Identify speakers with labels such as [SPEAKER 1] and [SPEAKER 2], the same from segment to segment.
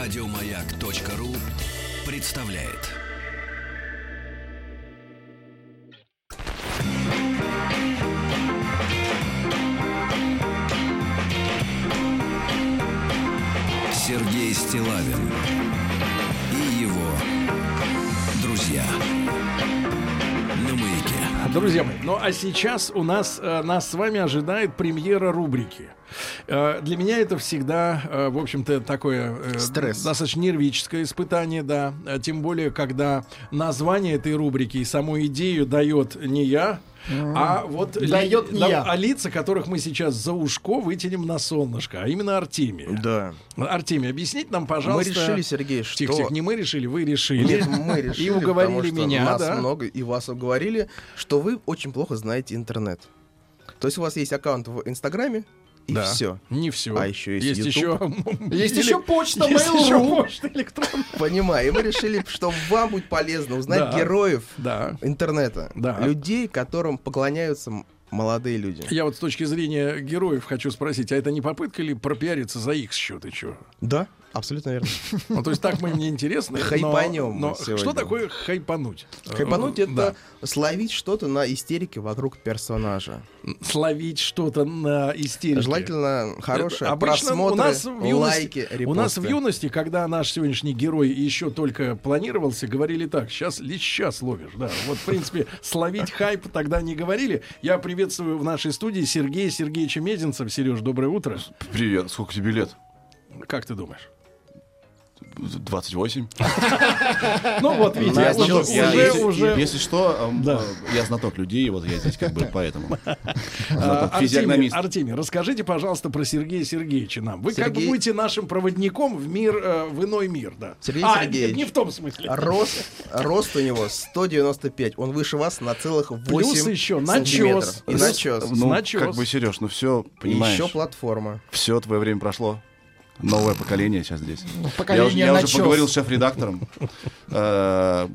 [SPEAKER 1] Радиомаяк.ру представляет. Сергей Стилавин и его друзья на маяке.
[SPEAKER 2] Друзья мои, ну а сейчас у нас э, нас с вами ожидает премьера рубрики. Э, Для меня это всегда, э, в общем-то, такое э,
[SPEAKER 3] Стресс.
[SPEAKER 2] достаточно нервическое испытание, да. Э, Тем более, когда название этой рубрики и саму идею дает не я, а вот ли-
[SPEAKER 3] Дает не
[SPEAKER 2] да,
[SPEAKER 3] я.
[SPEAKER 2] а лица, которых мы сейчас за ушко вытянем на солнышко, а именно Артемия.
[SPEAKER 3] Да.
[SPEAKER 2] Артемий, объясните нам,
[SPEAKER 3] Мы
[SPEAKER 2] пожалуйста.
[SPEAKER 3] решили, Сергей, что...
[SPEAKER 2] Тихо, тихо, не мы решили, вы решили.
[SPEAKER 3] Нет, мы решили,
[SPEAKER 2] и уговорили
[SPEAKER 3] потому что
[SPEAKER 2] меня,
[SPEAKER 3] нас
[SPEAKER 2] да?
[SPEAKER 3] много, и вас уговорили, что вы очень плохо знаете интернет. То есть у вас есть аккаунт в Инстаграме, и
[SPEAKER 2] Да.
[SPEAKER 3] все.
[SPEAKER 2] Не все.
[SPEAKER 3] А еще есть
[SPEAKER 2] еще...
[SPEAKER 3] YouTube.
[SPEAKER 2] Есть
[SPEAKER 3] еще
[SPEAKER 2] почта
[SPEAKER 3] Mail.ru.
[SPEAKER 2] почта электронная.
[SPEAKER 3] Понимаю. И мы решили, что вам будет полезно узнать
[SPEAKER 2] Да.
[SPEAKER 3] героев
[SPEAKER 2] Да.
[SPEAKER 3] интернета.
[SPEAKER 2] Да.
[SPEAKER 3] Людей, которым поклоняются м- молодые люди.
[SPEAKER 2] Я вот с точки зрения героев хочу спросить, а это не попытка ли пропиариться за их счет и что?
[SPEAKER 3] Да, абсолютно верно.
[SPEAKER 2] Ну, то есть так мы им не интересны. но-
[SPEAKER 3] Хайпанем мы
[SPEAKER 2] Но
[SPEAKER 3] сегодня.
[SPEAKER 2] что такое хайпануть?
[SPEAKER 3] Хайпануть —
[SPEAKER 2] Э, да.
[SPEAKER 3] это словить что-то на истерике вокруг персонажа.
[SPEAKER 2] Словить что-то на истерике.
[SPEAKER 3] Желательно хорошие
[SPEAKER 2] Э, Обычно
[SPEAKER 3] просмотры,
[SPEAKER 2] у нас в юности,
[SPEAKER 3] лайки, репосты.
[SPEAKER 2] у нас в юности, когда наш сегодняшний герой еще только планировался, говорили так: сейчас леща словишь, да. Вот в принципе словить хайп тогда не говорили. Я приветствую в нашей студии Сергея Сергеевича Мезенцева. Сереж, доброе утро.
[SPEAKER 4] Привет, сколько тебе лет?
[SPEAKER 2] Как ты думаешь?
[SPEAKER 4] 28.
[SPEAKER 2] Ну вот видите,
[SPEAKER 3] Я
[SPEAKER 2] уже,
[SPEAKER 3] знаток, я-
[SPEAKER 2] уже-
[SPEAKER 4] А если,
[SPEAKER 2] уже-
[SPEAKER 4] если что, эм,
[SPEAKER 2] Да.
[SPEAKER 4] э, я знаток людей, вот я здесь как бы поэтому.
[SPEAKER 2] А,
[SPEAKER 4] Знаток
[SPEAKER 2] Артемий,
[SPEAKER 4] физиогномист.
[SPEAKER 2] Артемий, расскажите, пожалуйста, про Сергея Сергеевича нам. Вы как бы
[SPEAKER 3] Сергей-
[SPEAKER 2] будете нашим проводником в мир, э, в иной мир, да?
[SPEAKER 3] Сергей
[SPEAKER 2] а,
[SPEAKER 3] Сергеевич.
[SPEAKER 2] нет, не в том смысле.
[SPEAKER 3] Рост, рост у него 195. Он выше вас на целых 8
[SPEAKER 2] Плюс еще начес.
[SPEAKER 3] сантиметров. И начес.
[SPEAKER 2] С
[SPEAKER 4] Ну,
[SPEAKER 2] начес.
[SPEAKER 4] как бы, Сереж, ну все,
[SPEAKER 3] И
[SPEAKER 4] понимаешь,
[SPEAKER 3] еще платформа.
[SPEAKER 4] все твое время прошло. Новое поколение сейчас здесь.
[SPEAKER 2] Ну,
[SPEAKER 5] поколение
[SPEAKER 4] я уже, я уже
[SPEAKER 5] начес.
[SPEAKER 4] поговорил с шеф-редактором. Э,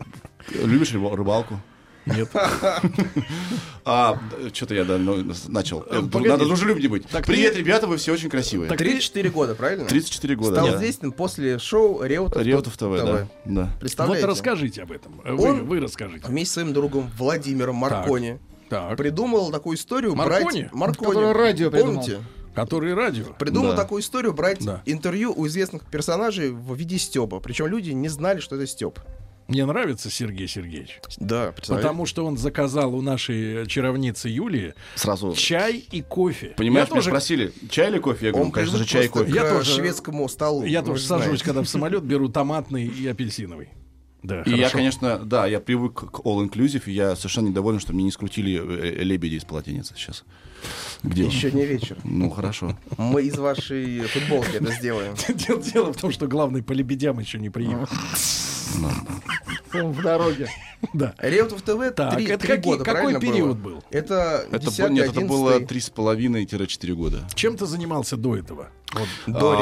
[SPEAKER 4] Любишь рыбал- рыбалку?
[SPEAKER 2] Нет.
[SPEAKER 4] А, что-то я да, ну, начал. Э,
[SPEAKER 2] погоди.
[SPEAKER 4] Надо дружелюбнее быть.
[SPEAKER 2] Так
[SPEAKER 4] Привет,
[SPEAKER 2] ты-
[SPEAKER 4] ребята, вы все очень красивые.
[SPEAKER 2] Так ты-
[SPEAKER 3] 34 года, правильно?
[SPEAKER 4] 34 года.
[SPEAKER 3] Стал
[SPEAKER 4] да.
[SPEAKER 3] известен после шоу Реутов,
[SPEAKER 4] Реутов ТВ, да. да.
[SPEAKER 2] Вот
[SPEAKER 3] Представляете?
[SPEAKER 2] расскажите об этом. Вы,
[SPEAKER 3] Он-
[SPEAKER 2] вы расскажите.
[SPEAKER 3] Вместе с своим другом Владимиром Маркони
[SPEAKER 2] Так.
[SPEAKER 3] придумал такую историю
[SPEAKER 2] Маркони? Ну,
[SPEAKER 3] брать... Маркони.
[SPEAKER 5] Который радио придумал.
[SPEAKER 3] Помните?
[SPEAKER 2] Который радио.
[SPEAKER 3] Придумал
[SPEAKER 4] Да.
[SPEAKER 3] такую историю брать
[SPEAKER 2] Да.
[SPEAKER 3] интервью у известных персонажей в виде Степа. Причем люди не знали, что это Степ.
[SPEAKER 2] Мне нравится Сергей Сергеевич.
[SPEAKER 3] Да,
[SPEAKER 2] Потому что он заказал у нашей э, чаровницы Юлии
[SPEAKER 4] Сразу.
[SPEAKER 2] чай и кофе.
[SPEAKER 4] Понимаешь,
[SPEAKER 2] я
[SPEAKER 4] меня
[SPEAKER 2] тоже,
[SPEAKER 4] спросили, чай или кофе? Я говорю,
[SPEAKER 3] Он
[SPEAKER 4] конечно же,
[SPEAKER 3] привык
[SPEAKER 4] чай и
[SPEAKER 3] просто
[SPEAKER 4] кофе.
[SPEAKER 2] Я
[SPEAKER 3] к
[SPEAKER 2] тоже-
[SPEAKER 3] шведскому столу.
[SPEAKER 2] я
[SPEAKER 3] вы
[SPEAKER 2] тоже
[SPEAKER 3] же
[SPEAKER 2] сажусь,
[SPEAKER 3] знаете.
[SPEAKER 2] когда в самолет беру томатный и апельсиновый. Да,
[SPEAKER 4] И я,
[SPEAKER 2] хорошо.
[SPEAKER 4] конечно, да, я привык к all inclusive, и я совершенно недоволен, что мне не скрутили э, э, лебедя из полотенца сейчас. Где он?
[SPEAKER 3] Еще не вечер.
[SPEAKER 4] Ну, хорошо.
[SPEAKER 3] Мы из вашей футболки это сделаем.
[SPEAKER 2] Дело, дело в том, что главный по лебедям еще не приехал.
[SPEAKER 5] Он в дороге.
[SPEAKER 2] Да.
[SPEAKER 3] Реутов ТВ
[SPEAKER 2] Так,
[SPEAKER 3] три-
[SPEAKER 2] это
[SPEAKER 3] три
[SPEAKER 2] какие-
[SPEAKER 3] года,
[SPEAKER 2] какой
[SPEAKER 3] правильно
[SPEAKER 2] период
[SPEAKER 3] было?
[SPEAKER 2] был?
[SPEAKER 3] Это
[SPEAKER 4] Это,
[SPEAKER 3] 10
[SPEAKER 4] бу- нет, это было
[SPEAKER 3] 11
[SPEAKER 4] 3,5-4 года.
[SPEAKER 2] Чем ты занимался до этого? Вот.
[SPEAKER 3] до Реутова.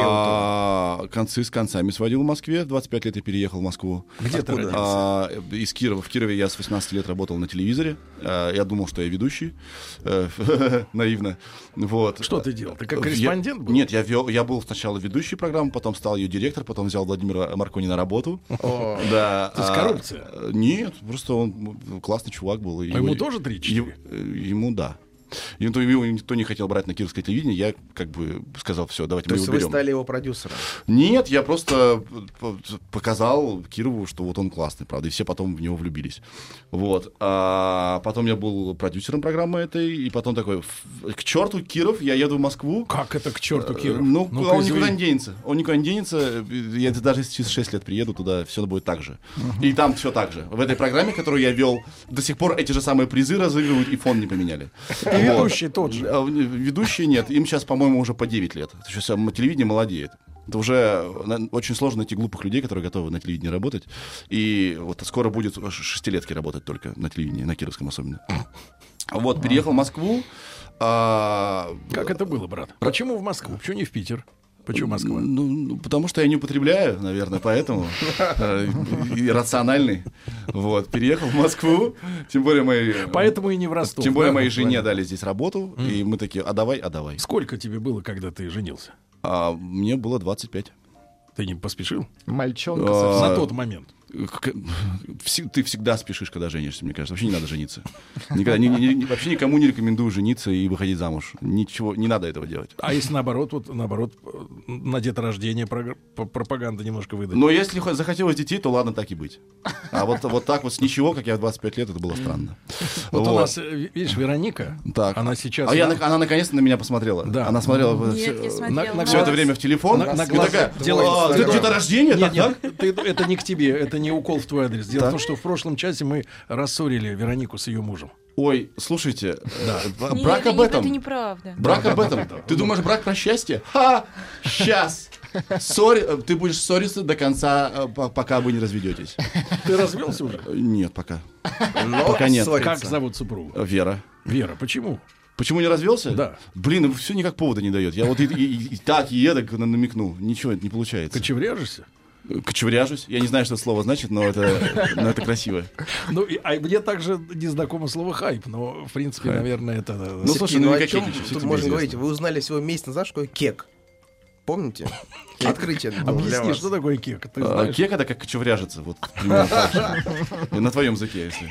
[SPEAKER 4] А, концы с концами сводил в Москве. В 25 лет я переехал в Москву.
[SPEAKER 2] Где ты
[SPEAKER 3] Откуда?
[SPEAKER 2] родился?
[SPEAKER 4] А, из Кирова. В Кирове я с 18 лет работал на телевизоре. А, я думал, что я ведущий. Э, Наивно. Вот.
[SPEAKER 2] Что ты делал? Ты как
[SPEAKER 4] Я-
[SPEAKER 2] корреспондент был?
[SPEAKER 4] Нет, я, вел, я был сначала ведущий программы, потом стал ее директор, потом взял Владимира Маркони на работу.
[SPEAKER 3] О,
[SPEAKER 4] Да.
[SPEAKER 2] То есть
[SPEAKER 4] а,
[SPEAKER 2] коррупция?
[SPEAKER 4] Нет, просто он м, классный чувак был. и
[SPEAKER 2] А ему тоже 3-4?
[SPEAKER 4] ев- э, Ему да. И то Его никто не хотел брать на кировское телевидение, я как бы сказал, все, давайте
[SPEAKER 3] То
[SPEAKER 4] мы
[SPEAKER 3] есть
[SPEAKER 4] его
[SPEAKER 3] вы
[SPEAKER 4] берем.
[SPEAKER 3] стали его продюсером.
[SPEAKER 4] Нет, я просто п- п- показал Кирову, что вот он классный, правда, и все потом в него влюбились. Вот. А потом я был продюсером программы этой, и потом такой, «Ф- к черту Киров, я еду в Москву.
[SPEAKER 2] Как это к черту
[SPEAKER 4] Э,
[SPEAKER 2] Киров?
[SPEAKER 4] Ну,
[SPEAKER 2] Ну-ка,
[SPEAKER 4] он
[SPEAKER 2] извини.
[SPEAKER 4] никуда не денется. Он никуда не денется. Я даже если через 6 лет приеду туда, все будет так же. И там все так же. В этой программе, которую я вел, до сих пор эти же самые призы разыгрывают, и фон не поменяли. Вот.
[SPEAKER 2] ведущий тот же.
[SPEAKER 4] А, в- Ведущие нет. Им сейчас, по-моему, уже по 9 лет. Сейчас м, телевидение молодеет. Это уже э, на- очень сложно найти глупых людей, которые готовы на телевидении работать. И вот скоро будет э, ш- шестилетки работать только на телевидении, на Кировском особенно. Вот, переехал в Москву. а,
[SPEAKER 2] Как это было, брат? Почему в Москву? Почему не в Питер? Почему Москва?
[SPEAKER 4] ну, ну, потому что я не употребляю, наверное, поэтому э, и- и рациональный. Вот, переехал в Москву, тем более моей... э,
[SPEAKER 2] Поэтому и не в Ростов.
[SPEAKER 4] Тем более
[SPEAKER 2] да,
[SPEAKER 4] моей
[SPEAKER 2] правильно.
[SPEAKER 4] жене дали здесь работу, и мы такие, а давай, а давай.
[SPEAKER 2] Сколько тебе было, когда ты женился?
[SPEAKER 4] А мне было 25.
[SPEAKER 2] Ты не поспешил?
[SPEAKER 5] Мальчонка.
[SPEAKER 4] А,
[SPEAKER 5] совсем.
[SPEAKER 2] На тот момент.
[SPEAKER 4] К-
[SPEAKER 2] э,
[SPEAKER 4] вс- Ты всегда спешишь, когда женишься, мне кажется. Вообще не надо жениться. Никогда, ни- ни- ни- вообще никому не рекомендую жениться и выходить замуж. Ничего, не надо этого делать.
[SPEAKER 2] А если наоборот, вот наоборот, э, на деторождение прог- п- пропаганда немножко выдать.
[SPEAKER 4] Но если хо- захотелось детей, то ладно, так и быть. А вот, вот так вот с ничего, как я в 25 лет, это было странно.
[SPEAKER 2] вот, у
[SPEAKER 4] Вот.
[SPEAKER 2] нас, э, ви- видишь, Вероника,
[SPEAKER 4] Так.
[SPEAKER 2] она сейчас...
[SPEAKER 4] А я, на- она наконец-то на меня посмотрела.
[SPEAKER 2] Да.
[SPEAKER 4] Она смотрела
[SPEAKER 6] Нет, не смотрела.
[SPEAKER 2] на-
[SPEAKER 4] все это время в телефон.
[SPEAKER 2] На- на
[SPEAKER 4] и
[SPEAKER 2] глаза
[SPEAKER 4] такая,
[SPEAKER 2] делает
[SPEAKER 4] «А, ты-
[SPEAKER 3] Инстаграм».
[SPEAKER 4] ты-то рождение,
[SPEAKER 2] Нет,
[SPEAKER 4] так, так?
[SPEAKER 2] нет, ты- это не к тебе, это не укол в твой адрес. Дело в том, что в прошлом часе мы рассорили Веронику с ее мужем.
[SPEAKER 4] Ой, слушайте, э, б-
[SPEAKER 6] Нет,
[SPEAKER 4] брак
[SPEAKER 6] это
[SPEAKER 4] об
[SPEAKER 6] не-
[SPEAKER 4] этом.
[SPEAKER 6] Это неправда.
[SPEAKER 4] Брак об этом. Ты думаешь, брак про счастье? Ха! Сейчас! ты будешь ссориться до конца, э, по- пока вы не разведетесь.
[SPEAKER 2] Ты развелся уже?
[SPEAKER 4] Э, Нет, пока.
[SPEAKER 3] Но
[SPEAKER 4] Пока нет.
[SPEAKER 2] Как
[SPEAKER 3] ссорится.
[SPEAKER 2] зовут супругу?
[SPEAKER 4] Э, Вера.
[SPEAKER 2] Вера, почему?
[SPEAKER 4] Почему не развелся?
[SPEAKER 2] Да.
[SPEAKER 4] Блин, все никак повода не дает. Я вот и, и- и так, и эдак на- намекнул. Ничего, это не получается.
[SPEAKER 2] Кочевряжешься?
[SPEAKER 4] Кочевряжусь. Я не знаю, что это слово значит, но это, но это красиво.
[SPEAKER 2] Ну, и- а мне также незнакомо слово хайп, но, в принципе, наверное, это... э,
[SPEAKER 4] Ну,
[SPEAKER 3] Сергей,
[SPEAKER 4] слушай,
[SPEAKER 3] ну
[SPEAKER 4] ну
[SPEAKER 3] о
[SPEAKER 4] и
[SPEAKER 3] чем
[SPEAKER 4] какие ключи?
[SPEAKER 3] тут
[SPEAKER 4] Тебе
[SPEAKER 3] можно
[SPEAKER 4] известно.
[SPEAKER 3] говорить? Вы узнали всего месяц назад, что такое кек. Помните? Открытие было для
[SPEAKER 2] Объясни,
[SPEAKER 3] вас.
[SPEAKER 2] что такое кек? Ты
[SPEAKER 4] А,
[SPEAKER 2] знаешь?
[SPEAKER 4] Кек это как кочевряжется. Вот примерно так же. На твоем языке, если.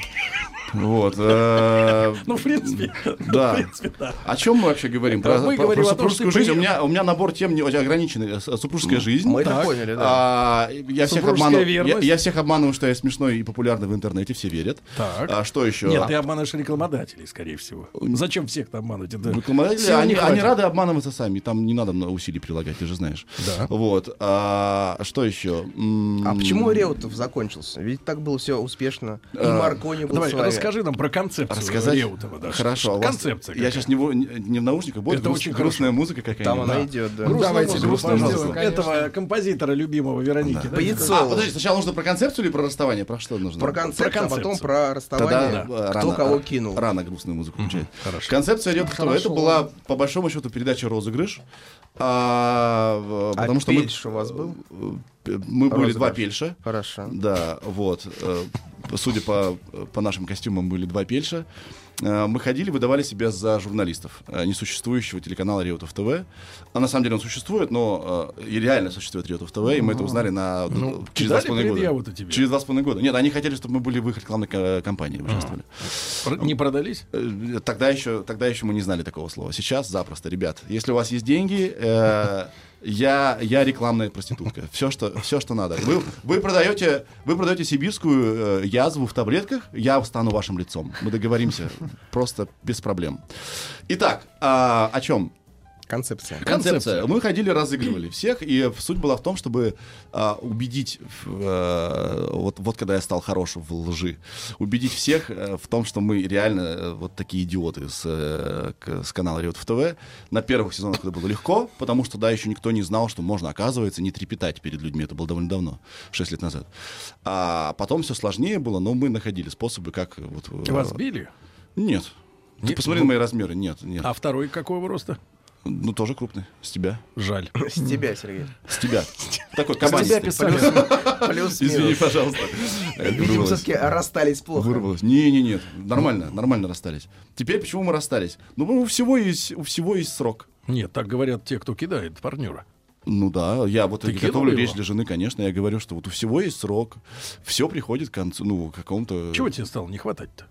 [SPEAKER 4] Вот. э,
[SPEAKER 2] Ну, в принципе,
[SPEAKER 4] Да.
[SPEAKER 2] в принципе, да.
[SPEAKER 4] О чем мы вообще говорим?
[SPEAKER 2] Да,
[SPEAKER 4] Про,
[SPEAKER 2] мы
[SPEAKER 4] про-
[SPEAKER 2] говорим
[SPEAKER 4] про
[SPEAKER 2] о том, что
[SPEAKER 4] супружескую
[SPEAKER 2] ты
[SPEAKER 4] жизнь. У меня, у меня набор тем не очень ограниченный. Э, с- Супружеская жизнь.
[SPEAKER 3] Мы это
[SPEAKER 2] Так.
[SPEAKER 3] поняли, да.
[SPEAKER 4] А, я, всех
[SPEAKER 2] Супружеская
[SPEAKER 4] обманываю, я,
[SPEAKER 2] верность.
[SPEAKER 4] я всех обманываю, что я смешной и популярный в интернете, все верят.
[SPEAKER 2] Так.
[SPEAKER 4] А что еще?
[SPEAKER 2] Нет, ты обманываешь рекламодателей, скорее всего. Зачем всех-то обманывать? Это
[SPEAKER 4] А, Рекламодатели,
[SPEAKER 2] сил не
[SPEAKER 4] они, они
[SPEAKER 2] хватит.
[SPEAKER 4] рады обманываться сами, там не надо много усилий прилагать, ты же знаешь.
[SPEAKER 2] Да.
[SPEAKER 4] Вот. А, что еще? М,
[SPEAKER 3] А почему Реутов закончился? Ведь так было все успешно. И
[SPEAKER 4] А,
[SPEAKER 3] Маркони был
[SPEAKER 2] Давай,
[SPEAKER 3] с вами.
[SPEAKER 2] расскажи нам про концепцию
[SPEAKER 4] Рассказать?
[SPEAKER 2] Реутова. Да.
[SPEAKER 4] Хорошо. а у вас-
[SPEAKER 2] Концепция.
[SPEAKER 4] Я сейчас не, в- не- не в наушниках, будет
[SPEAKER 2] Это
[SPEAKER 4] груст-
[SPEAKER 2] очень
[SPEAKER 4] грустная музыка какая-нибудь.
[SPEAKER 3] Там она
[SPEAKER 4] Да.
[SPEAKER 3] идет, да.
[SPEAKER 5] Ну, давайте
[SPEAKER 2] музыку,
[SPEAKER 4] грустную
[SPEAKER 2] пожалуйста,
[SPEAKER 4] музыку.
[SPEAKER 2] Этого композитора любимого Вероники. да?
[SPEAKER 3] Поет-
[SPEAKER 4] А, подожди, сначала нужно про концепцию или про расставание? Про что нужно?
[SPEAKER 3] Про концепцию, а потом
[SPEAKER 2] концепцию.
[SPEAKER 3] про расставание.
[SPEAKER 4] Тогда, э,
[SPEAKER 3] Кто
[SPEAKER 4] рано-
[SPEAKER 3] кого
[SPEAKER 4] э,
[SPEAKER 3] кинул.
[SPEAKER 4] Рано грустную музыку включать.
[SPEAKER 2] хорошо.
[SPEAKER 4] Концепция идет, что это
[SPEAKER 5] Хорошо.
[SPEAKER 4] была, по большому счету, передача «Розыгрыш». А, в-
[SPEAKER 3] А
[SPEAKER 4] потому что мы-
[SPEAKER 3] Пельш у вас был?
[SPEAKER 4] Э, Мы были
[SPEAKER 3] «Розыгрыш».
[SPEAKER 4] два пельша.
[SPEAKER 3] Хорошо.
[SPEAKER 4] Да, вот. э, Судя по, по нашим костюмам, были два пельша. Э, Мы ходили, выдавали себя за журналистов э, несуществующего телеканала Реутов ТВ. А на самом деле он существует, но э, и реально существует Реутов ТВ, и мы это узнали на,
[SPEAKER 2] Ну, кидали
[SPEAKER 4] через два с половиной
[SPEAKER 2] предъяву-то
[SPEAKER 4] года.
[SPEAKER 2] тебе?
[SPEAKER 4] Через два с половиной года. Нет, они хотели, чтобы мы были в их рекламной ка- кампании, участвовали.
[SPEAKER 2] Про- Не продались?
[SPEAKER 4] Э, Тогда еще, тогда еще мы не знали такого слова. Сейчас запросто, ребят. Если у вас есть деньги, э, я, я рекламная проститутка. Все что, все, что надо. Вы, вы, продаете, вы продаете сибирскую э, язву в таблетках, я стану вашим лицом. Мы договоримся. Просто без проблем. Итак, а, о чем?
[SPEAKER 3] Концепция.
[SPEAKER 4] Концепция. Мы ходили, разыгрывали всех, и суть была в том, чтобы а, убедить, в, э, вот, вот когда я стал хорош в лжи, убедить всех э, в том, что мы реально э, вот такие идиоты с, э, к- с канала Риот ТВ. На первых сезонах это было легко, потому что, да, еще никто не знал, что можно, оказывается, не трепетать перед людьми. Это было довольно давно, 6 лет назад. А потом все сложнее было, но мы находили способы, как... э, Вот, э,
[SPEAKER 2] Вас били?
[SPEAKER 4] Нет. Ты
[SPEAKER 2] Не-
[SPEAKER 4] посмотри
[SPEAKER 2] ну-
[SPEAKER 4] на мои размеры. Нет, нет.
[SPEAKER 2] А второй какого роста?
[SPEAKER 4] Ну, тоже крупный. С тебя.
[SPEAKER 2] Жаль.
[SPEAKER 3] С тебя, Сергей.
[SPEAKER 4] С тебя. Такой
[SPEAKER 2] С тебя
[SPEAKER 4] кабанистый.
[SPEAKER 2] писали.
[SPEAKER 3] Плюс
[SPEAKER 4] Извини,
[SPEAKER 3] минус.
[SPEAKER 4] пожалуйста.
[SPEAKER 2] Э,
[SPEAKER 4] Э,
[SPEAKER 3] Видимо, все-таки расстались плохо.
[SPEAKER 4] Вырвалось. Не, не, нет. Нормально, нормально расстались. Теперь почему мы расстались? Ну, у всего есть, у всего есть срок.
[SPEAKER 2] Нет, так говорят те, кто кидает партнера.
[SPEAKER 4] Ну да, я вот
[SPEAKER 2] Ты
[SPEAKER 4] и
[SPEAKER 2] кинул
[SPEAKER 4] готовлю
[SPEAKER 2] его?
[SPEAKER 4] речь для жены, конечно, я говорю, что вот у всего есть срок, все приходит к концу, ну, к какому-то...
[SPEAKER 2] Чего тебе стало не хватать-то?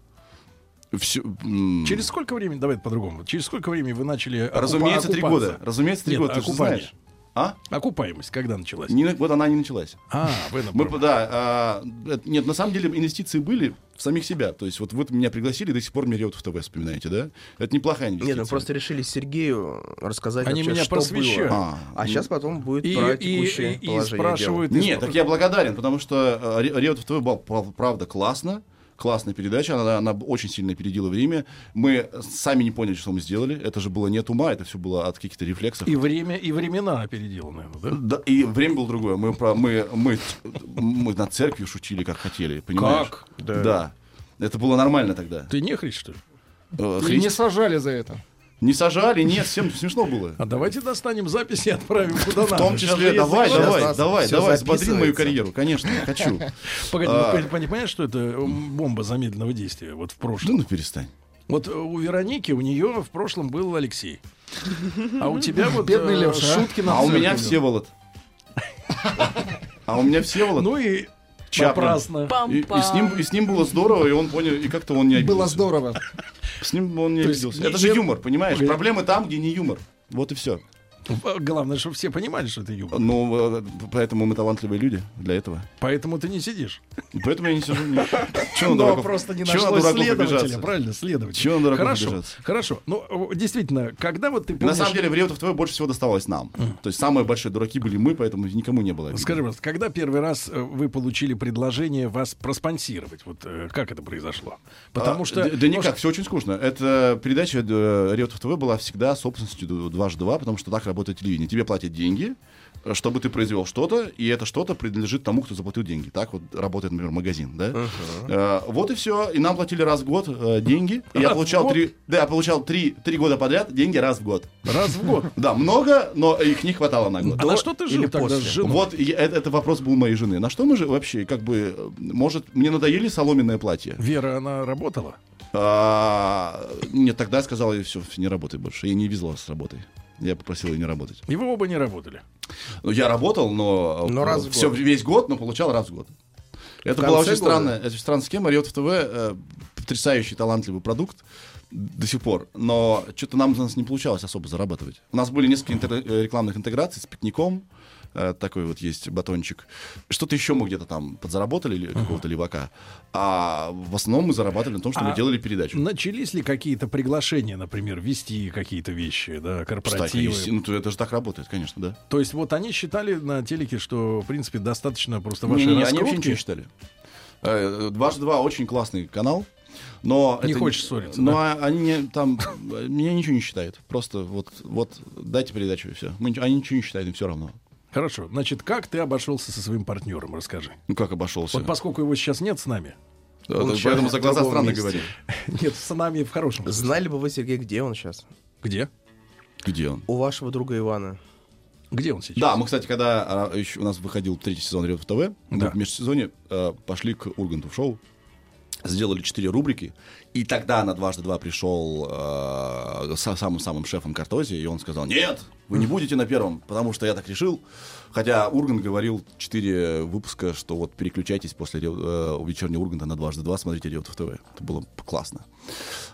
[SPEAKER 4] Всё, м,
[SPEAKER 2] Через сколько времени, давай по-другому, через сколько времени вы начали окупа-
[SPEAKER 4] Разумеется, три
[SPEAKER 2] окупаться?
[SPEAKER 4] года. Разумеется, три
[SPEAKER 2] Нет,
[SPEAKER 4] года, ты же
[SPEAKER 2] окупание.
[SPEAKER 4] знаешь. А?
[SPEAKER 2] Окупаемость когда началась?
[SPEAKER 4] Не на- вот она и не началась.
[SPEAKER 2] А, вы на
[SPEAKER 4] Мы,
[SPEAKER 2] пар-
[SPEAKER 4] да, а, это- нет, на самом деле инвестиции были в самих себя. То есть вот вы меня пригласили, до сих пор мне Реутов ТВ вспоминаете, да? Это неплохая инвестиция.
[SPEAKER 3] Нет, мы ну просто решили Сергею рассказать
[SPEAKER 2] Они
[SPEAKER 3] вообще,
[SPEAKER 2] меня
[SPEAKER 3] что
[SPEAKER 2] просвещают.
[SPEAKER 3] было.
[SPEAKER 4] А,
[SPEAKER 3] А сейчас потом будет
[SPEAKER 2] И,
[SPEAKER 3] про
[SPEAKER 2] и-
[SPEAKER 3] текущее
[SPEAKER 2] и- и
[SPEAKER 3] положение
[SPEAKER 2] спрашивают...
[SPEAKER 4] Нет, так я благодарен, потому что э, Ре- Реутов ТВ была прав- правда классно. Классная передача, она, она очень сильно опередила время. Мы сами не поняли, что мы сделали. Это же было нет ума, это все было от каких-то рефлексов.
[SPEAKER 2] И время, и времена опередило, наверное, да?
[SPEAKER 4] Да, и время было другое. Мы, про, мы, мы, мы над церковью шутили, как хотели, понимаешь?
[SPEAKER 2] Как?
[SPEAKER 4] Да. Это было нормально тогда.
[SPEAKER 2] Ты не хрич, что ли?
[SPEAKER 4] Э,
[SPEAKER 5] И
[SPEAKER 4] Христ-
[SPEAKER 5] не сажали за это.
[SPEAKER 4] Не сажали, нет, всем смешно было.
[SPEAKER 2] А давайте достанем запись и отправим куда надо.
[SPEAKER 4] В том
[SPEAKER 2] Сейчас же
[SPEAKER 4] числе,
[SPEAKER 2] есть закон.
[SPEAKER 4] давай,
[SPEAKER 3] Сейчас
[SPEAKER 4] давай,
[SPEAKER 3] нас
[SPEAKER 4] давай,
[SPEAKER 3] всё
[SPEAKER 4] давай, взбодри мою
[SPEAKER 3] записывается.
[SPEAKER 4] карьеру, конечно, я хочу.
[SPEAKER 2] Погоди,
[SPEAKER 4] А.
[SPEAKER 2] ну, пони- понимаешь, что это м, бомба замедленного действия вот в
[SPEAKER 4] Да
[SPEAKER 2] прошлом?
[SPEAKER 4] ну перестань.
[SPEAKER 2] Вот э, у Вероники, у нее в прошлом был Алексей. А у тебя вот
[SPEAKER 5] Бедный
[SPEAKER 2] э,
[SPEAKER 5] Лёша, а?
[SPEAKER 2] шутки на
[SPEAKER 4] А у
[SPEAKER 2] церковь.
[SPEAKER 4] меня Всеволод. А у меня все
[SPEAKER 2] Ну и
[SPEAKER 4] Чаплин.
[SPEAKER 2] напрасно.
[SPEAKER 4] И, и с ним, и с ним было здорово, и он понял, и как-то он не обиделся.
[SPEAKER 6] Было здорово.
[SPEAKER 4] С ним он не
[SPEAKER 2] То есть
[SPEAKER 4] обиделся.
[SPEAKER 2] не-
[SPEAKER 4] Это же
[SPEAKER 2] не-
[SPEAKER 4] юмор, понимаешь?
[SPEAKER 2] Блин.
[SPEAKER 4] Проблемы там, где не юмор. Вот и все.
[SPEAKER 2] Главное, чтобы все понимали, что ты юмор.
[SPEAKER 4] Ну, э, поэтому мы талантливые люди для этого.
[SPEAKER 2] Поэтому ты не сидишь.
[SPEAKER 4] И Поэтому я не сижу. не- Чё на
[SPEAKER 2] Но
[SPEAKER 4] дураков-
[SPEAKER 2] Ну, просто не
[SPEAKER 4] чё на
[SPEAKER 2] нашлось
[SPEAKER 4] дураков
[SPEAKER 2] следователя,
[SPEAKER 4] обижаться?
[SPEAKER 2] правильно, следователя.
[SPEAKER 4] Чё на дураков
[SPEAKER 2] хорошо,
[SPEAKER 4] обижаться?
[SPEAKER 2] хорошо. Ну, э, действительно, когда вот ты
[SPEAKER 4] На
[SPEAKER 2] помнишь...
[SPEAKER 4] самом деле, Реутов ТВ больше всего доставалось нам. То есть самые большие дураки были мы, поэтому никому не было. обидно.
[SPEAKER 2] Скажи, пожалуйста, когда первый раз э, вы получили предложение вас проспонсировать? Вот э, как это произошло? Потому
[SPEAKER 4] А,
[SPEAKER 2] что...
[SPEAKER 4] Да,
[SPEAKER 2] ну,
[SPEAKER 4] да никак, все очень скучно. Эта передача э, Реутов ТВ была всегда собственностью ду- дважды два, потому что так работает телевидение. Тебе платят деньги, э, чтобы ты произвел что-то, и это что-то принадлежит тому, кто заплатил деньги. Так вот работает, например, магазин, да? Э, вот и все. И нам платили раз в год э, деньги. И я
[SPEAKER 2] Раз в
[SPEAKER 4] получал
[SPEAKER 2] год?
[SPEAKER 4] три, да, я получал три, три года подряд деньги раз в год.
[SPEAKER 2] Раз в год.
[SPEAKER 4] Да, много, но их не хватало на год.
[SPEAKER 2] А на что ты жил
[SPEAKER 3] или
[SPEAKER 2] тогда с
[SPEAKER 3] после?
[SPEAKER 2] женой?
[SPEAKER 4] Вот и это, это вопрос был моей жены. На что мы же вообще, как бы, э, может, мне надоели соломенное платье?
[SPEAKER 2] Вера, она работала?
[SPEAKER 4] А, нет, тогда я сказал ей, все, не работай больше. Ей не везло с работой. Я попросил ее не работать.
[SPEAKER 2] И вы оба не работали.
[SPEAKER 4] Ну, я работал, но,
[SPEAKER 3] Но раз в
[SPEAKER 4] все
[SPEAKER 3] год.
[SPEAKER 4] весь год, но получал раз в год. Это
[SPEAKER 3] конце
[SPEAKER 4] была очень
[SPEAKER 3] года?
[SPEAKER 4] странная, это очень странная схема. Риотов ТВ э, потрясающий талантливый продукт до сих пор, но что-то нам у нас не получалось особо зарабатывать. У нас были несколько интер- э, рекламных интеграций с пикником, э, такой вот есть батончик. Что-то еще мы где-то там подзаработали или какого-то левака, а в основном мы зарабатывали на том, что
[SPEAKER 2] А
[SPEAKER 4] мы делали передачу.
[SPEAKER 2] Начались ли какие-то приглашения, например, вести какие-то вещи, да,
[SPEAKER 4] Кстати,
[SPEAKER 2] корпоративы?
[SPEAKER 4] есть- ну, то это же так работает, конечно, да.
[SPEAKER 2] То есть вот они считали на телеке, что, в принципе, достаточно просто вашей
[SPEAKER 4] Не-не-не, они вообще
[SPEAKER 2] раскрутки.
[SPEAKER 4] ничего не считали. Э, Дважды два очень классный канал. Но
[SPEAKER 2] Не
[SPEAKER 4] это
[SPEAKER 2] хочешь ссориться,
[SPEAKER 4] Но а- они не- там э, меня ничего не считают. Просто вот, вот дайте передачу и все. они ничего не считают, им все равно.
[SPEAKER 2] Хорошо. Значит, как ты обошелся со своим партнером, расскажи.
[SPEAKER 4] Ну как обошелся?
[SPEAKER 2] Вот поскольку его сейчас нет с нами.
[SPEAKER 4] Э,
[SPEAKER 3] он сейчас
[SPEAKER 4] Поэтому за
[SPEAKER 3] в
[SPEAKER 4] глаза
[SPEAKER 3] другом
[SPEAKER 4] странно
[SPEAKER 3] месте.
[SPEAKER 4] говорю.
[SPEAKER 2] Нет, с нами в хорошем. смысле.
[SPEAKER 3] Знали бы вы, Сергей, где он сейчас?
[SPEAKER 2] Где?
[SPEAKER 4] Где он?
[SPEAKER 3] У вашего друга Ивана.
[SPEAKER 2] Где он сейчас?
[SPEAKER 4] Да, мы, кстати, когда а, еще у нас выходил третий сезон Рев ТВ,
[SPEAKER 2] Да.
[SPEAKER 4] мы в межсезоне э, пошли к Урганту в шоу, сделали четыре рубрики, и тогда на дважды два пришел э, со самым-самым шефом Картози, и он сказал, нет, вы не будете на первом, потому что я так решил. Хотя Ургант говорил четыре выпуска, что вот переключайтесь после «Рев- э, вечернего Урганта на дважды два, смотрите Рев ТВ. Это было классно.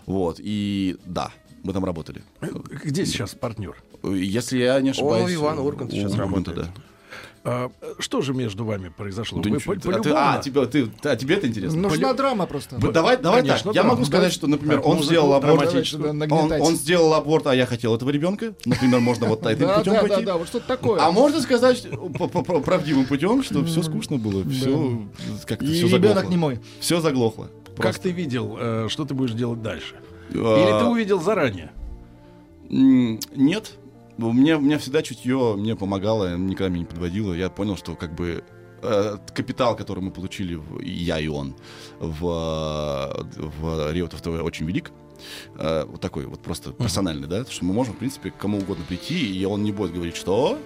[SPEAKER 4] Вот, и да, мы там работали.
[SPEAKER 2] Где сейчас партнер?
[SPEAKER 4] Если я не ошибаюсь...
[SPEAKER 3] у Ивана Урганта сейчас
[SPEAKER 4] Урганта,
[SPEAKER 3] работает.
[SPEAKER 4] да.
[SPEAKER 2] А, что же между вами
[SPEAKER 6] Ну,
[SPEAKER 2] произошло?
[SPEAKER 4] Да
[SPEAKER 2] Вы
[SPEAKER 4] ничего.
[SPEAKER 2] по-
[SPEAKER 4] а, ты-
[SPEAKER 2] полюбовно?
[SPEAKER 4] а, тебе, ты- ты- а тебе это интересно?
[SPEAKER 6] Нужна драма просто.
[SPEAKER 4] Вот давай, давай
[SPEAKER 2] Конечно,
[SPEAKER 4] так. Я
[SPEAKER 2] да.
[SPEAKER 4] могу сказать, что, например, он
[SPEAKER 6] музыку
[SPEAKER 4] сделал аборт.
[SPEAKER 6] драматическую.
[SPEAKER 4] Он,
[SPEAKER 6] Нагнетать.
[SPEAKER 4] он сделал аборт, а я хотел этого ребенка. Например, можно вот этим
[SPEAKER 6] Да,
[SPEAKER 4] путем
[SPEAKER 6] да, да,
[SPEAKER 4] пойти.
[SPEAKER 6] да, вот что-то такое.
[SPEAKER 4] А можно сказать что- по- по- по- правдивым путем, что все скучно было, все как-то
[SPEAKER 6] И
[SPEAKER 4] все
[SPEAKER 6] ребенок не
[SPEAKER 4] заглохло.
[SPEAKER 6] мой.
[SPEAKER 4] Все заглохло.
[SPEAKER 2] Как ты видел, э, что ты будешь делать дальше? Или
[SPEAKER 4] А,
[SPEAKER 2] ты увидел заранее?
[SPEAKER 4] м, Нет. У меня, у меня всегда чутье мне помогало, никогда меня не подводило. Я понял, что как бы э, капитал, который мы получили, в- и я и он, в, э, в Реутов ТВ очень велик. Э, вот такой вот просто персональный, да, что мы можем, в принципе, к кому угодно прийти, и он не будет говорить, что...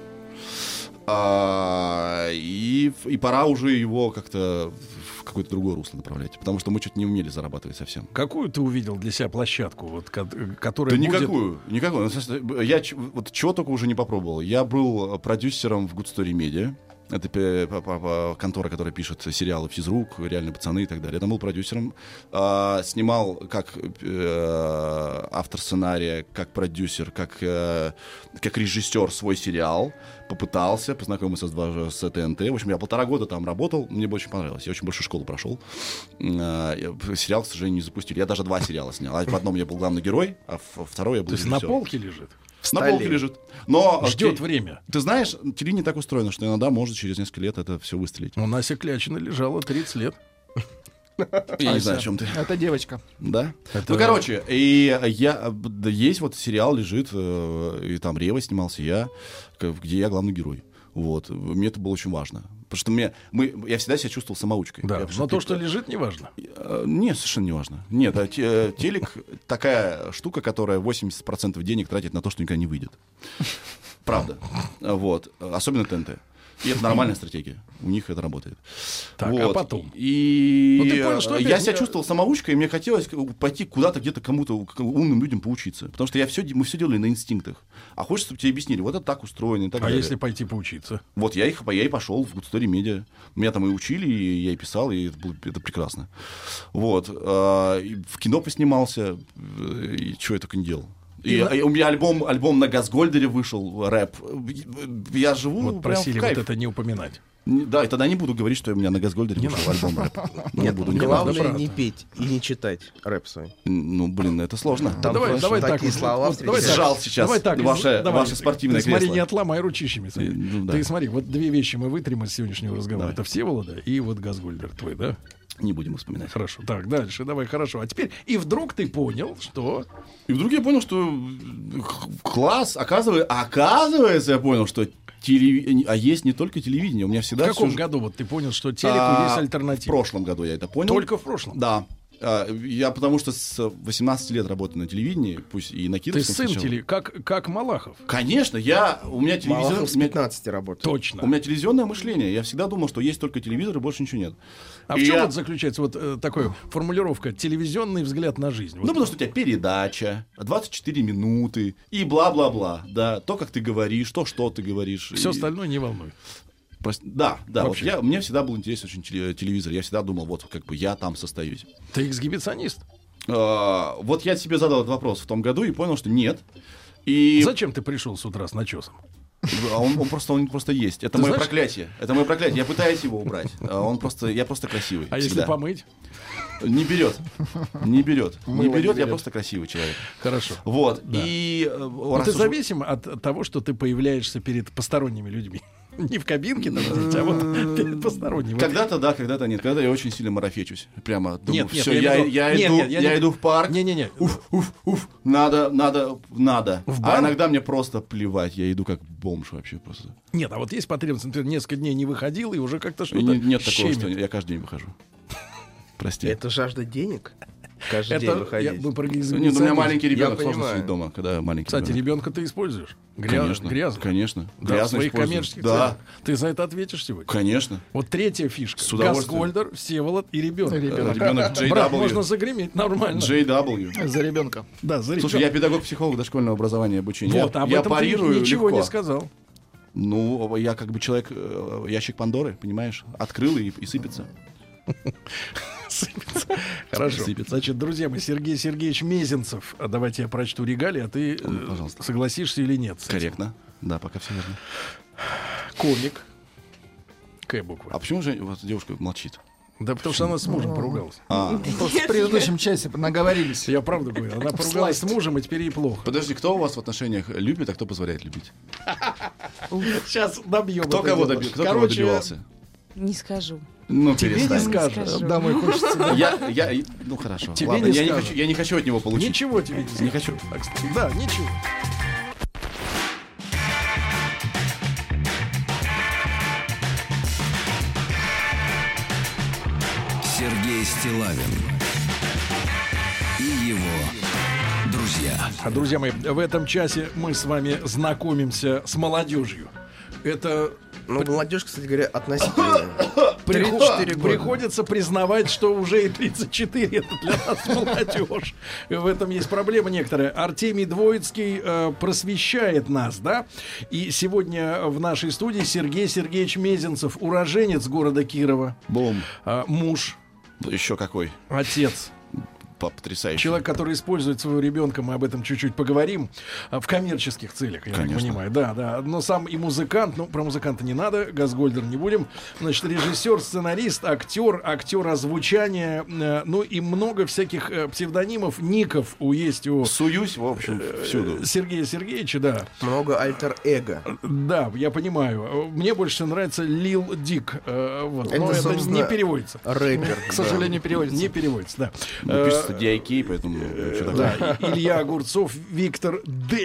[SPEAKER 4] А, и, и пора уже его как-то в какое-то другое русло направлять, потому что мы что-то не умели зарабатывать совсем.
[SPEAKER 2] Какую ты увидел для себя площадку, вот, ко- которая
[SPEAKER 4] Да
[SPEAKER 2] будет...
[SPEAKER 4] никакую, никакую. Ну, слушай, Я ч- вот чего только уже не попробовал. Я был э, продюсером в Good Story Media. Это пе- па- па- па- контора, которая пишет сериалы «Физрук», «Реально пацаны» и так далее. Я там был продюсером. А, Снимал как э, автор сценария, как продюсер, как, э, как режиссер свой сериал. Попытался, познакомился с, два- с ТНТ. В общем, я полтора года там работал. Мне бы очень понравилось. Я очень большую школу прошел. М, а, я- Сериал, к сожалению, не запустили. Я даже два сериала снял. А В одном я был главный герой, а во второй я был
[SPEAKER 2] То есть на
[SPEAKER 4] режиссёром.
[SPEAKER 2] полке лежит?
[SPEAKER 4] На полке лежит. Но
[SPEAKER 2] Ждет
[SPEAKER 4] А ты-
[SPEAKER 2] время.
[SPEAKER 4] Ты знаешь, телевидение так устроено, что иногда можно через несколько лет это все выстрелить.
[SPEAKER 2] У Ну, Настя Клячина лежала 30 лет. А,
[SPEAKER 4] Я не
[SPEAKER 6] Ася,
[SPEAKER 4] знаю, о чем ты.
[SPEAKER 6] Это девочка.
[SPEAKER 4] Да? Ну, короче, и я, э, да, есть вот сериал лежит, э, и там Рева снимался я, к- где я главный герой. Вот. Мне это было очень важно. Потому что мне, мы, я всегда себя чувствовал самоучкой.
[SPEAKER 2] Да,
[SPEAKER 4] Я типа
[SPEAKER 2] но
[SPEAKER 4] всегда-
[SPEAKER 2] то, что лежит, неважно.
[SPEAKER 4] Э, Нет, совершенно не важно. Нет, а те- э, телек такая штука, которая 80% денег тратит на то, что никогда не выйдет. Правда. Э, Вот. Э, Особенно ТНТ. И это нормальная стратегия. У них это работает.
[SPEAKER 2] Так, а потом?
[SPEAKER 4] И
[SPEAKER 2] Ну, ты понял, что
[SPEAKER 4] я
[SPEAKER 2] опять-
[SPEAKER 4] себя чувствовал самоучкой, и мне хотелось к- пойти куда-то, где-то кому-то, к умным людям поучиться. Потому что я все, мы все делали на инстинктах. А хочется, чтобы тебе объяснили, вот это так устроено и так
[SPEAKER 2] А
[SPEAKER 4] далее.
[SPEAKER 2] если пойти поучиться?
[SPEAKER 4] Вот я, их, я и пошел в Story Media. Меня там и учили, и я и писал, и это, было, это прекрасно. Вот. а, и в кино поснимался, э, и чего я только не делал. И, а, и у меня альбом, альбом на Газгольдере вышел, рэп. Я живу
[SPEAKER 2] Вот
[SPEAKER 4] Ну, прям
[SPEAKER 2] просили
[SPEAKER 4] в
[SPEAKER 2] вот
[SPEAKER 4] кайф.
[SPEAKER 2] это не упоминать.
[SPEAKER 4] Не- Да, и тогда не буду говорить, что у меня на Газгольдере вышел альбом рэп. Не
[SPEAKER 3] Нет,
[SPEAKER 4] буду, не
[SPEAKER 3] главное
[SPEAKER 4] надо.
[SPEAKER 3] не петь и не читать рэп свой.
[SPEAKER 4] Ну, блин, это сложно.
[SPEAKER 3] Там
[SPEAKER 2] давай,
[SPEAKER 3] просто
[SPEAKER 2] давай так.
[SPEAKER 3] такие
[SPEAKER 2] вот,
[SPEAKER 3] слова
[SPEAKER 2] вот, давай
[SPEAKER 3] встречаются.
[SPEAKER 4] Сжал сейчас
[SPEAKER 2] Давай так. ну,
[SPEAKER 4] ваше-
[SPEAKER 2] давай,
[SPEAKER 4] ваше спортивное
[SPEAKER 2] ты, смотри,
[SPEAKER 4] кресло.
[SPEAKER 2] не отломай ручищами. своими.
[SPEAKER 4] Ну, да.
[SPEAKER 2] Ты смотри, вот две вещи мы вытрем из сегодняшнего разговора.
[SPEAKER 4] Давай.
[SPEAKER 2] Это Всеволода и вот Газгольдер твой, да?
[SPEAKER 4] Не будем вспоминать.
[SPEAKER 2] Хорошо. Так, дальше, давай, хорошо. А теперь, и вдруг ты понял, что...
[SPEAKER 4] И вдруг я понял, что х- класс, оказывается, оказывается, я понял, что телеви- а есть не только телевидение. У меня всегда
[SPEAKER 2] в каком
[SPEAKER 4] всю ж-
[SPEAKER 2] году вот ты понял, что телеку
[SPEAKER 4] А,
[SPEAKER 2] есть
[SPEAKER 4] В
[SPEAKER 2] альтернатива?
[SPEAKER 4] прошлом году я это понял.
[SPEAKER 2] Только в прошлом?
[SPEAKER 4] Да. А, Я потому что с 18 лет работаю на телевидении, пусть и на
[SPEAKER 2] Ты
[SPEAKER 4] Кировском
[SPEAKER 2] сын
[SPEAKER 4] сначала.
[SPEAKER 2] теле... Как, как Малахов.
[SPEAKER 4] Конечно, я у меня телевизор,
[SPEAKER 3] Малахов с
[SPEAKER 4] у меня-
[SPEAKER 3] 15 работает.
[SPEAKER 2] Точно.
[SPEAKER 4] у меня телевизионное мышление. Я всегда думал, что есть только телевизор и больше ничего нет.
[SPEAKER 2] А
[SPEAKER 4] И
[SPEAKER 2] в чем
[SPEAKER 4] я-
[SPEAKER 2] вот заключается вот э, такая формулировка «телевизионный взгляд на жизнь»?
[SPEAKER 4] Ну,
[SPEAKER 2] Вот
[SPEAKER 4] потому что у тебя передача, 24 минуты и бла-бла-бла. Да, то, как ты говоришь, то, что ты говоришь.
[SPEAKER 2] все
[SPEAKER 4] И-
[SPEAKER 2] остальное не волнует.
[SPEAKER 4] Прост- Да, да. вот
[SPEAKER 2] Вообще.
[SPEAKER 4] я, мне всегда был интересен очень теле- телевизор. Я всегда думал, вот как бы я там состоюсь.
[SPEAKER 2] Ты эксгибиционист?
[SPEAKER 4] А, вот я себе задал этот вопрос в том году и понял, что нет. И
[SPEAKER 2] Зачем ты пришел с утра с начесом?
[SPEAKER 4] а он, он просто он просто есть.
[SPEAKER 2] Ты
[SPEAKER 4] Это мое
[SPEAKER 2] знаешь-
[SPEAKER 4] проклятие. Это мое проклятие. Я пытаюсь его убрать. А Он просто я просто красивый.
[SPEAKER 2] А если
[SPEAKER 4] всегда.
[SPEAKER 2] помыть?
[SPEAKER 4] Не берет. Не берет.
[SPEAKER 5] Мыло
[SPEAKER 4] Не
[SPEAKER 5] не
[SPEAKER 4] берет. Я
[SPEAKER 5] берет.
[SPEAKER 4] просто красивый человек.
[SPEAKER 2] Хорошо.
[SPEAKER 4] Вот. И э,
[SPEAKER 2] Но
[SPEAKER 4] раз
[SPEAKER 2] Ну, ты
[SPEAKER 4] уж-
[SPEAKER 2] зависим от того, что ты появляешься перед посторонними людьми. Не в кабинке, так сказать, а вот перед посторонними.
[SPEAKER 4] Когда-то да, когда-то нет. Когда-то я очень сильно марафечусь. Прямо думаю,
[SPEAKER 2] Нет, нет,
[SPEAKER 4] все,
[SPEAKER 2] я
[SPEAKER 4] я,
[SPEAKER 2] веду-
[SPEAKER 4] я
[SPEAKER 2] нет,
[SPEAKER 4] иду,
[SPEAKER 2] нет, я
[SPEAKER 4] я,
[SPEAKER 2] не-
[SPEAKER 4] иду в парк.
[SPEAKER 2] Не-не-не.
[SPEAKER 4] Уф, уф, уф. Надо, надо, надо.
[SPEAKER 2] В бар?
[SPEAKER 4] а иногда мне просто плевать. Я иду как бомж вообще просто.
[SPEAKER 2] Нет, а вот есть потребность, например, несколько дней не выходил и уже как-то что-то
[SPEAKER 4] Не- нет такого,
[SPEAKER 2] щемит.
[SPEAKER 4] что я каждый день выхожу. Прости.
[SPEAKER 3] Это жажда денег? Каждый
[SPEAKER 2] Это
[SPEAKER 3] день
[SPEAKER 2] я-
[SPEAKER 3] выходить.
[SPEAKER 2] мы про
[SPEAKER 4] Ну, Нет, у меня
[SPEAKER 2] эксгибиционизм.
[SPEAKER 4] маленький
[SPEAKER 3] Я
[SPEAKER 4] ребенок, сложно
[SPEAKER 3] понимаю.
[SPEAKER 4] сидеть дома, когда маленький
[SPEAKER 2] Кстати,
[SPEAKER 4] ребенок.
[SPEAKER 2] ребенка ты используешь. Гря...
[SPEAKER 4] Конечно,
[SPEAKER 2] грязно.
[SPEAKER 4] конечно.
[SPEAKER 2] Да, в
[SPEAKER 4] Грязно
[SPEAKER 2] своих
[SPEAKER 4] использую.
[SPEAKER 2] коммерческих
[SPEAKER 4] Да,
[SPEAKER 2] целях. Ты за это ответишь сегодня?
[SPEAKER 4] конечно.
[SPEAKER 2] Вот третья фишка.
[SPEAKER 4] С удовольствием.
[SPEAKER 2] Газгольдер, Всеволод и ребенок.
[SPEAKER 5] Ребенок.
[SPEAKER 4] Ребенок
[SPEAKER 2] Брат, можно
[SPEAKER 4] JW.
[SPEAKER 2] загреметь нормально.
[SPEAKER 4] JW.
[SPEAKER 5] За ребенка.
[SPEAKER 2] Да, за
[SPEAKER 4] Слушай, я
[SPEAKER 2] ребенка.
[SPEAKER 4] педагог-психолог дошкольного образования и обучения.
[SPEAKER 2] Вот,
[SPEAKER 4] я,
[SPEAKER 2] об
[SPEAKER 4] я
[SPEAKER 2] этом ты
[SPEAKER 4] парирую
[SPEAKER 2] ничего
[SPEAKER 4] легко.
[SPEAKER 2] не сказал.
[SPEAKER 4] Ну, я как бы человек, э, ящик Пандоры, понимаешь? Открыл и, и сыпется.
[SPEAKER 2] Сыпется. Хорошо.
[SPEAKER 4] Сыпется.
[SPEAKER 2] Значит, друзья мои, Сергей Сергеевич Мезенцев. А Давайте я прочту регалии, а ты э,
[SPEAKER 4] Ну, пожалуйста.
[SPEAKER 2] согласишься или нет. с этим.
[SPEAKER 4] Корректно. Да, пока все верно.
[SPEAKER 2] Комик. К буква.
[SPEAKER 4] А почему же вот девушка молчит?
[SPEAKER 2] Да потому что она с мужем поругалась.
[SPEAKER 4] А,
[SPEAKER 5] В предыдущем часе наговорились.
[SPEAKER 2] Я правду говорю, она поругалась с мужем, и теперь ей плохо.
[SPEAKER 4] подожди, кто у вас в отношениях любит, а кто позволяет любить?
[SPEAKER 2] Сейчас добьем.
[SPEAKER 4] Кто
[SPEAKER 2] это
[SPEAKER 4] кого
[SPEAKER 2] дело.
[SPEAKER 4] доби- кто кого
[SPEAKER 2] Короче,
[SPEAKER 4] добивался?
[SPEAKER 6] Не скажу.
[SPEAKER 4] Ну,
[SPEAKER 2] тебе не
[SPEAKER 4] перестань.
[SPEAKER 2] скажешь.
[SPEAKER 6] скажу.
[SPEAKER 5] Домой хочется. да.
[SPEAKER 4] Я, я, ну хорошо.
[SPEAKER 2] Тебе
[SPEAKER 4] ладно,
[SPEAKER 2] не
[SPEAKER 4] я, не
[SPEAKER 2] скажут.
[SPEAKER 4] хочу, я не хочу от него получить.
[SPEAKER 2] Ничего тебе не скажу.
[SPEAKER 4] Не хочу.
[SPEAKER 2] А, кстати, Да, ничего.
[SPEAKER 1] Сергей Стилавин и его друзья.
[SPEAKER 2] А, Друзья мои, в этом часе мы с вами знакомимся с молодежью. Это
[SPEAKER 3] Ну, молодежь, кстати говоря, относительно.
[SPEAKER 2] приход-
[SPEAKER 3] 34 года.
[SPEAKER 2] приходится признавать, что уже и 34 это для нас молодежь. В этом есть проблема некоторая. Артемий Двоицкий э, просвещает нас, да? И сегодня в нашей студии Сергей Сергеевич Мезенцев, уроженец города Кирова,
[SPEAKER 4] Бум.
[SPEAKER 2] э, муж,
[SPEAKER 4] Еще какой.
[SPEAKER 2] отец.
[SPEAKER 4] По- Потрясающий.
[SPEAKER 2] Человек, который использует своего ребенка, мы об этом чуть-чуть поговорим, а, в коммерческих целях, я
[SPEAKER 4] Конечно.
[SPEAKER 2] так понимаю. Да, да. Но сам и музыкант, ну, про музыканта не надо, Газгольдер не будем. Значит, режиссер, сценарист, актер, актер озвучания, э, ну и много всяких э, псевдонимов, ников у есть у
[SPEAKER 4] Суюсь, в общем,
[SPEAKER 2] Э,
[SPEAKER 4] всюду.
[SPEAKER 2] Сергея Сергеевича, да.
[SPEAKER 3] Много альтер-эго.
[SPEAKER 2] Да, я понимаю. Мне больше нравится Лил Дик. э, Вот.
[SPEAKER 3] Это,
[SPEAKER 2] Но это
[SPEAKER 3] собственно,
[SPEAKER 2] не переводится.
[SPEAKER 3] Рэпер.
[SPEAKER 5] К сожалению, переводится.
[SPEAKER 2] Не переводится, да.
[SPEAKER 4] Ну, пишется что DIK, поэтому ну, что такое.
[SPEAKER 2] Да, И- Илья Огурцов, Виктор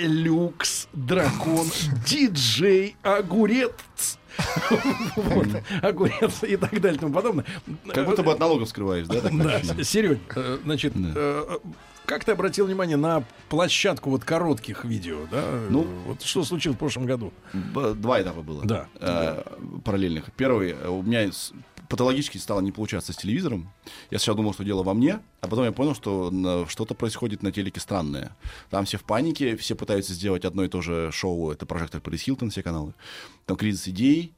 [SPEAKER 2] Делюкс, Дракон, Диджей, Огурец. Вот, Огурец и так далее и тому подобное.
[SPEAKER 4] Как будто бы от налогов скрываешь, да? так
[SPEAKER 2] Да,
[SPEAKER 4] ощущение?
[SPEAKER 2] Серёнь, э, значит,
[SPEAKER 4] Да.
[SPEAKER 2] э, как ты обратил внимание на площадку вот коротких видео, да?
[SPEAKER 4] Ну.
[SPEAKER 2] вот что случилось в прошлом году?
[SPEAKER 4] Б- Два этапа было.
[SPEAKER 2] Да.
[SPEAKER 4] Э, Параллельных. Первый, э, у меня с- патологически стало не получаться с телевизором. Я сначала думал, что дело во мне, а потом я понял, что на- что-то происходит на телеке странное. Там все в панике, все пытаются сделать одно и то же шоу. Это «Прожектор Пэрис Хилтон», все каналы. Там кризис идей,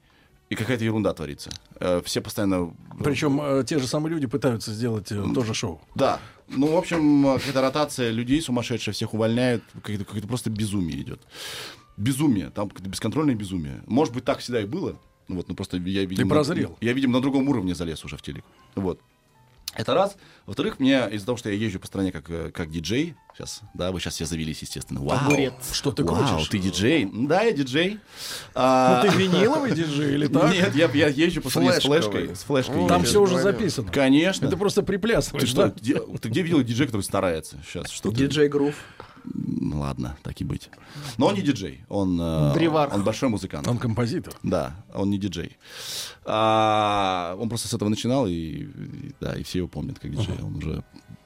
[SPEAKER 4] и какая-то ерунда творится. Э, Все постоянно...
[SPEAKER 2] Причем э, те же самые люди пытаются сделать э, тоже шоу.
[SPEAKER 4] Да. Ну, в общем, э, какая-то ротация людей сумасшедшая, всех увольняют, какое-то, какое-то просто безумие идет. Безумие, там какое-то бесконтрольное безумие. Может быть, так всегда и было. Ну Вот, ну просто я, видимо, на-
[SPEAKER 2] прозрел.
[SPEAKER 4] я, видимо, на другом уровне залез уже в телек. Вот. Это раз. Во-вторых, мне из-за того, что я езжу по стране как, э, как диджей, сейчас, да, вы сейчас все завелись, естественно. Вау,
[SPEAKER 2] Что ты
[SPEAKER 4] Вау,
[SPEAKER 2] крутишь?
[SPEAKER 4] ты диджей? М, Да, я диджей.
[SPEAKER 2] Ну,
[SPEAKER 4] А,
[SPEAKER 2] ты виниловый диджей или так?
[SPEAKER 4] Нет, я, я езжу по стране с
[SPEAKER 3] Флешковый.
[SPEAKER 4] флешкой. С флешкой
[SPEAKER 2] Там
[SPEAKER 4] езжу.
[SPEAKER 2] все уже
[SPEAKER 3] говорил.
[SPEAKER 2] записано.
[SPEAKER 4] Конечно.
[SPEAKER 2] Это просто
[SPEAKER 4] Ты
[SPEAKER 2] приплясываешь,
[SPEAKER 4] что,
[SPEAKER 2] да?
[SPEAKER 4] где, ты где видел диджея, который старается сейчас? Что ты-
[SPEAKER 3] Диджей Грув.
[SPEAKER 4] Ну, Ладно, так и быть. Но он не диджей, он, э,
[SPEAKER 5] Бреварх.
[SPEAKER 4] он большой музыкант.
[SPEAKER 2] Он композитор.
[SPEAKER 4] Да, он не диджей. А, он просто с этого начинал, и, и- да, и все его помнят как диджей. Он уже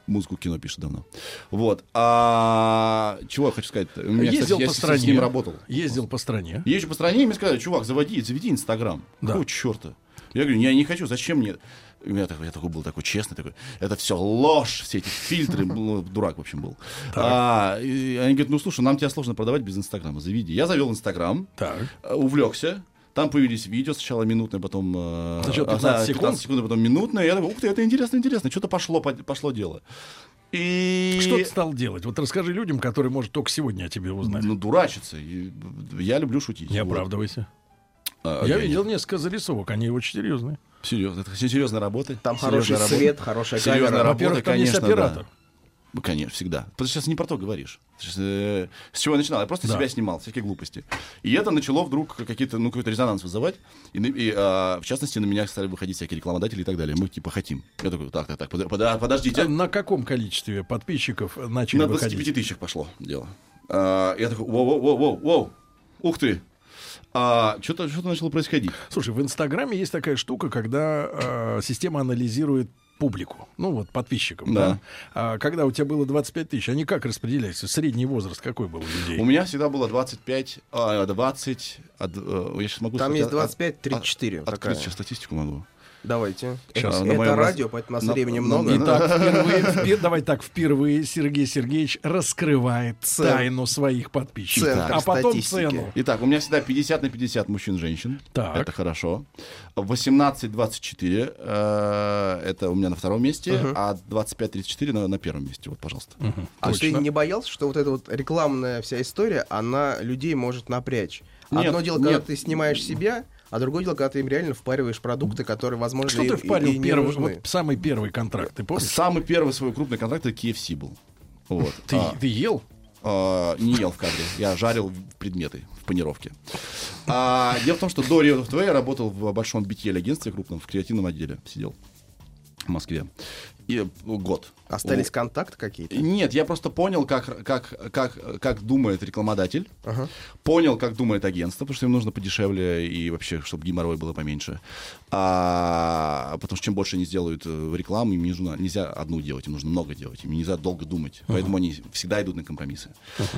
[SPEAKER 4] музыку к кино пишет давно. Вот. А, чего я хочу сказать? У меня,
[SPEAKER 2] Ездил
[SPEAKER 4] кстати, я
[SPEAKER 2] по
[SPEAKER 4] с-
[SPEAKER 2] стране.
[SPEAKER 4] с ним работал.
[SPEAKER 2] Ездил по стране.
[SPEAKER 4] Езжу по стране, и мне сказали, чувак, заводи, заведи Инстаграм.
[SPEAKER 2] Да.
[SPEAKER 4] Какого черта? Я говорю, я не хочу, зачем мне? И у меня такой- я такой был такой честный, такой, это все ложь, все эти фильтры, ну, дурак, в общем, был. А, и они говорят, ну слушай, нам тебя сложно продавать без Инстаграма, заведи. Я завел Инстаграм,
[SPEAKER 2] Так.
[SPEAKER 4] увлекся, там появились видео, сначала минутные, потом... э,
[SPEAKER 2] Сначала
[SPEAKER 4] а,
[SPEAKER 2] 15 секунд.
[SPEAKER 4] а потом минутные. Я такой, ух ты, это интересно, интересно, что-то пошло, под- пошло дело. И...
[SPEAKER 2] Что ты стал делать? Вот расскажи людям, которые, может, только сегодня о тебе узнали.
[SPEAKER 4] Ну, дурачиться. И Я люблю шутить.
[SPEAKER 2] Не
[SPEAKER 4] Вот.
[SPEAKER 2] оправдывайся.
[SPEAKER 4] А,
[SPEAKER 2] Я
[SPEAKER 4] не-
[SPEAKER 2] видел несколько зарисовок, они очень серьезные.
[SPEAKER 4] Серьезно, это серьезная работа.
[SPEAKER 3] Там
[SPEAKER 4] серьезная
[SPEAKER 3] хороший
[SPEAKER 4] работа.
[SPEAKER 3] свет, хорошая
[SPEAKER 4] Серьезная
[SPEAKER 3] камера.
[SPEAKER 4] работа,
[SPEAKER 2] Во-первых, там есть
[SPEAKER 4] А конечно,
[SPEAKER 2] оператор.
[SPEAKER 4] да. Ну, конечно, всегда. Ты сейчас не про то говоришь. Ты щас, э, с чего я начинал? Я просто
[SPEAKER 2] Да.
[SPEAKER 4] себя снимал, всякие глупости. И это начало вдруг какие-то, ну, какой-то резонанс вызывать. И, на- и, а, в частности, на меня стали выходить всякие рекламодатели и так далее. Мы типа хотим. Я такой, так, так, так, под- под- подождите.
[SPEAKER 2] Э, На каком количестве подписчиков начали
[SPEAKER 4] На
[SPEAKER 2] А, выходить?
[SPEAKER 4] 25 тысячах пошло дело. А, я такой, воу, воу, воу, воу, воу. Ух ты. А, что-то, что-то начало происходить.
[SPEAKER 2] Слушай, в Инстаграме есть такая штука, когда э, система анализирует публику, ну вот подписчиков, да.
[SPEAKER 4] Да.
[SPEAKER 2] А когда у тебя было 25 тысяч, они как распределяются? Средний возраст какой был у людей?
[SPEAKER 4] У меня всегда было 25, а, 20... а, д- э, я сейчас могу
[SPEAKER 3] Там
[SPEAKER 4] сказать,
[SPEAKER 3] есть
[SPEAKER 4] а-
[SPEAKER 3] 25-34.
[SPEAKER 4] а- Открыть
[SPEAKER 3] такая.
[SPEAKER 4] сейчас статистику могу.
[SPEAKER 3] Давайте.
[SPEAKER 4] Щас,
[SPEAKER 3] это
[SPEAKER 4] на моем раз-
[SPEAKER 3] радио, поэтому у нас
[SPEAKER 4] на-
[SPEAKER 3] времени
[SPEAKER 4] на-
[SPEAKER 3] много.
[SPEAKER 2] Итак, впервые, впе- давай так, впервые Сергей Сергеевич раскрывает
[SPEAKER 3] Цен-
[SPEAKER 2] тайну своих подписчиков.
[SPEAKER 3] центр
[SPEAKER 2] а потом
[SPEAKER 3] статистики.
[SPEAKER 2] цену.
[SPEAKER 4] Итак, у меня всегда 50 на 50 мужчин-женщин.
[SPEAKER 2] Так.
[SPEAKER 4] Это хорошо. 18-24 э, это у меня на втором месте, а 25-34 на, на первом месте. Вот, пожалуйста.
[SPEAKER 3] А ты
[SPEAKER 2] Точно.
[SPEAKER 3] не боялся, что вот эта вот рекламная вся история, она людей может напрячь?
[SPEAKER 4] Нет,
[SPEAKER 3] Одно дело, когда
[SPEAKER 4] нет.
[SPEAKER 3] ты снимаешь себя, а другое дело, когда ты им реально впариваешь продукты, которые, возможно,
[SPEAKER 2] Что
[SPEAKER 3] и-
[SPEAKER 2] ты
[SPEAKER 3] и- и
[SPEAKER 2] впарил
[SPEAKER 3] не
[SPEAKER 2] первый,
[SPEAKER 3] нужны.
[SPEAKER 2] вот самый первый контракт, ты помнишь?
[SPEAKER 4] Самый первый свой крупный контракт это KFC был. Вот.
[SPEAKER 2] Ты,
[SPEAKER 4] А,
[SPEAKER 2] ты ел?
[SPEAKER 4] а, не ел в кадре, я жарил в- предметы в панировке. А, дело в том, что до Rio of Today я работал в большом BTL агентстве крупном, в креативном отделе сидел в Москве. И э, год.
[SPEAKER 3] Остались
[SPEAKER 4] О,
[SPEAKER 3] контакты какие-то?
[SPEAKER 4] Нет, я просто понял, как, как, как, как думает рекламодатель, понял, как думает агентство, потому что им нужно подешевле и вообще, чтобы геморрой было поменьше. А, потому что чем больше они сделают э, рекламы, им не нужно- нельзя одну делать, им нужно много делать, им нельзя долго думать. Поэтому они всегда идут на компромиссы.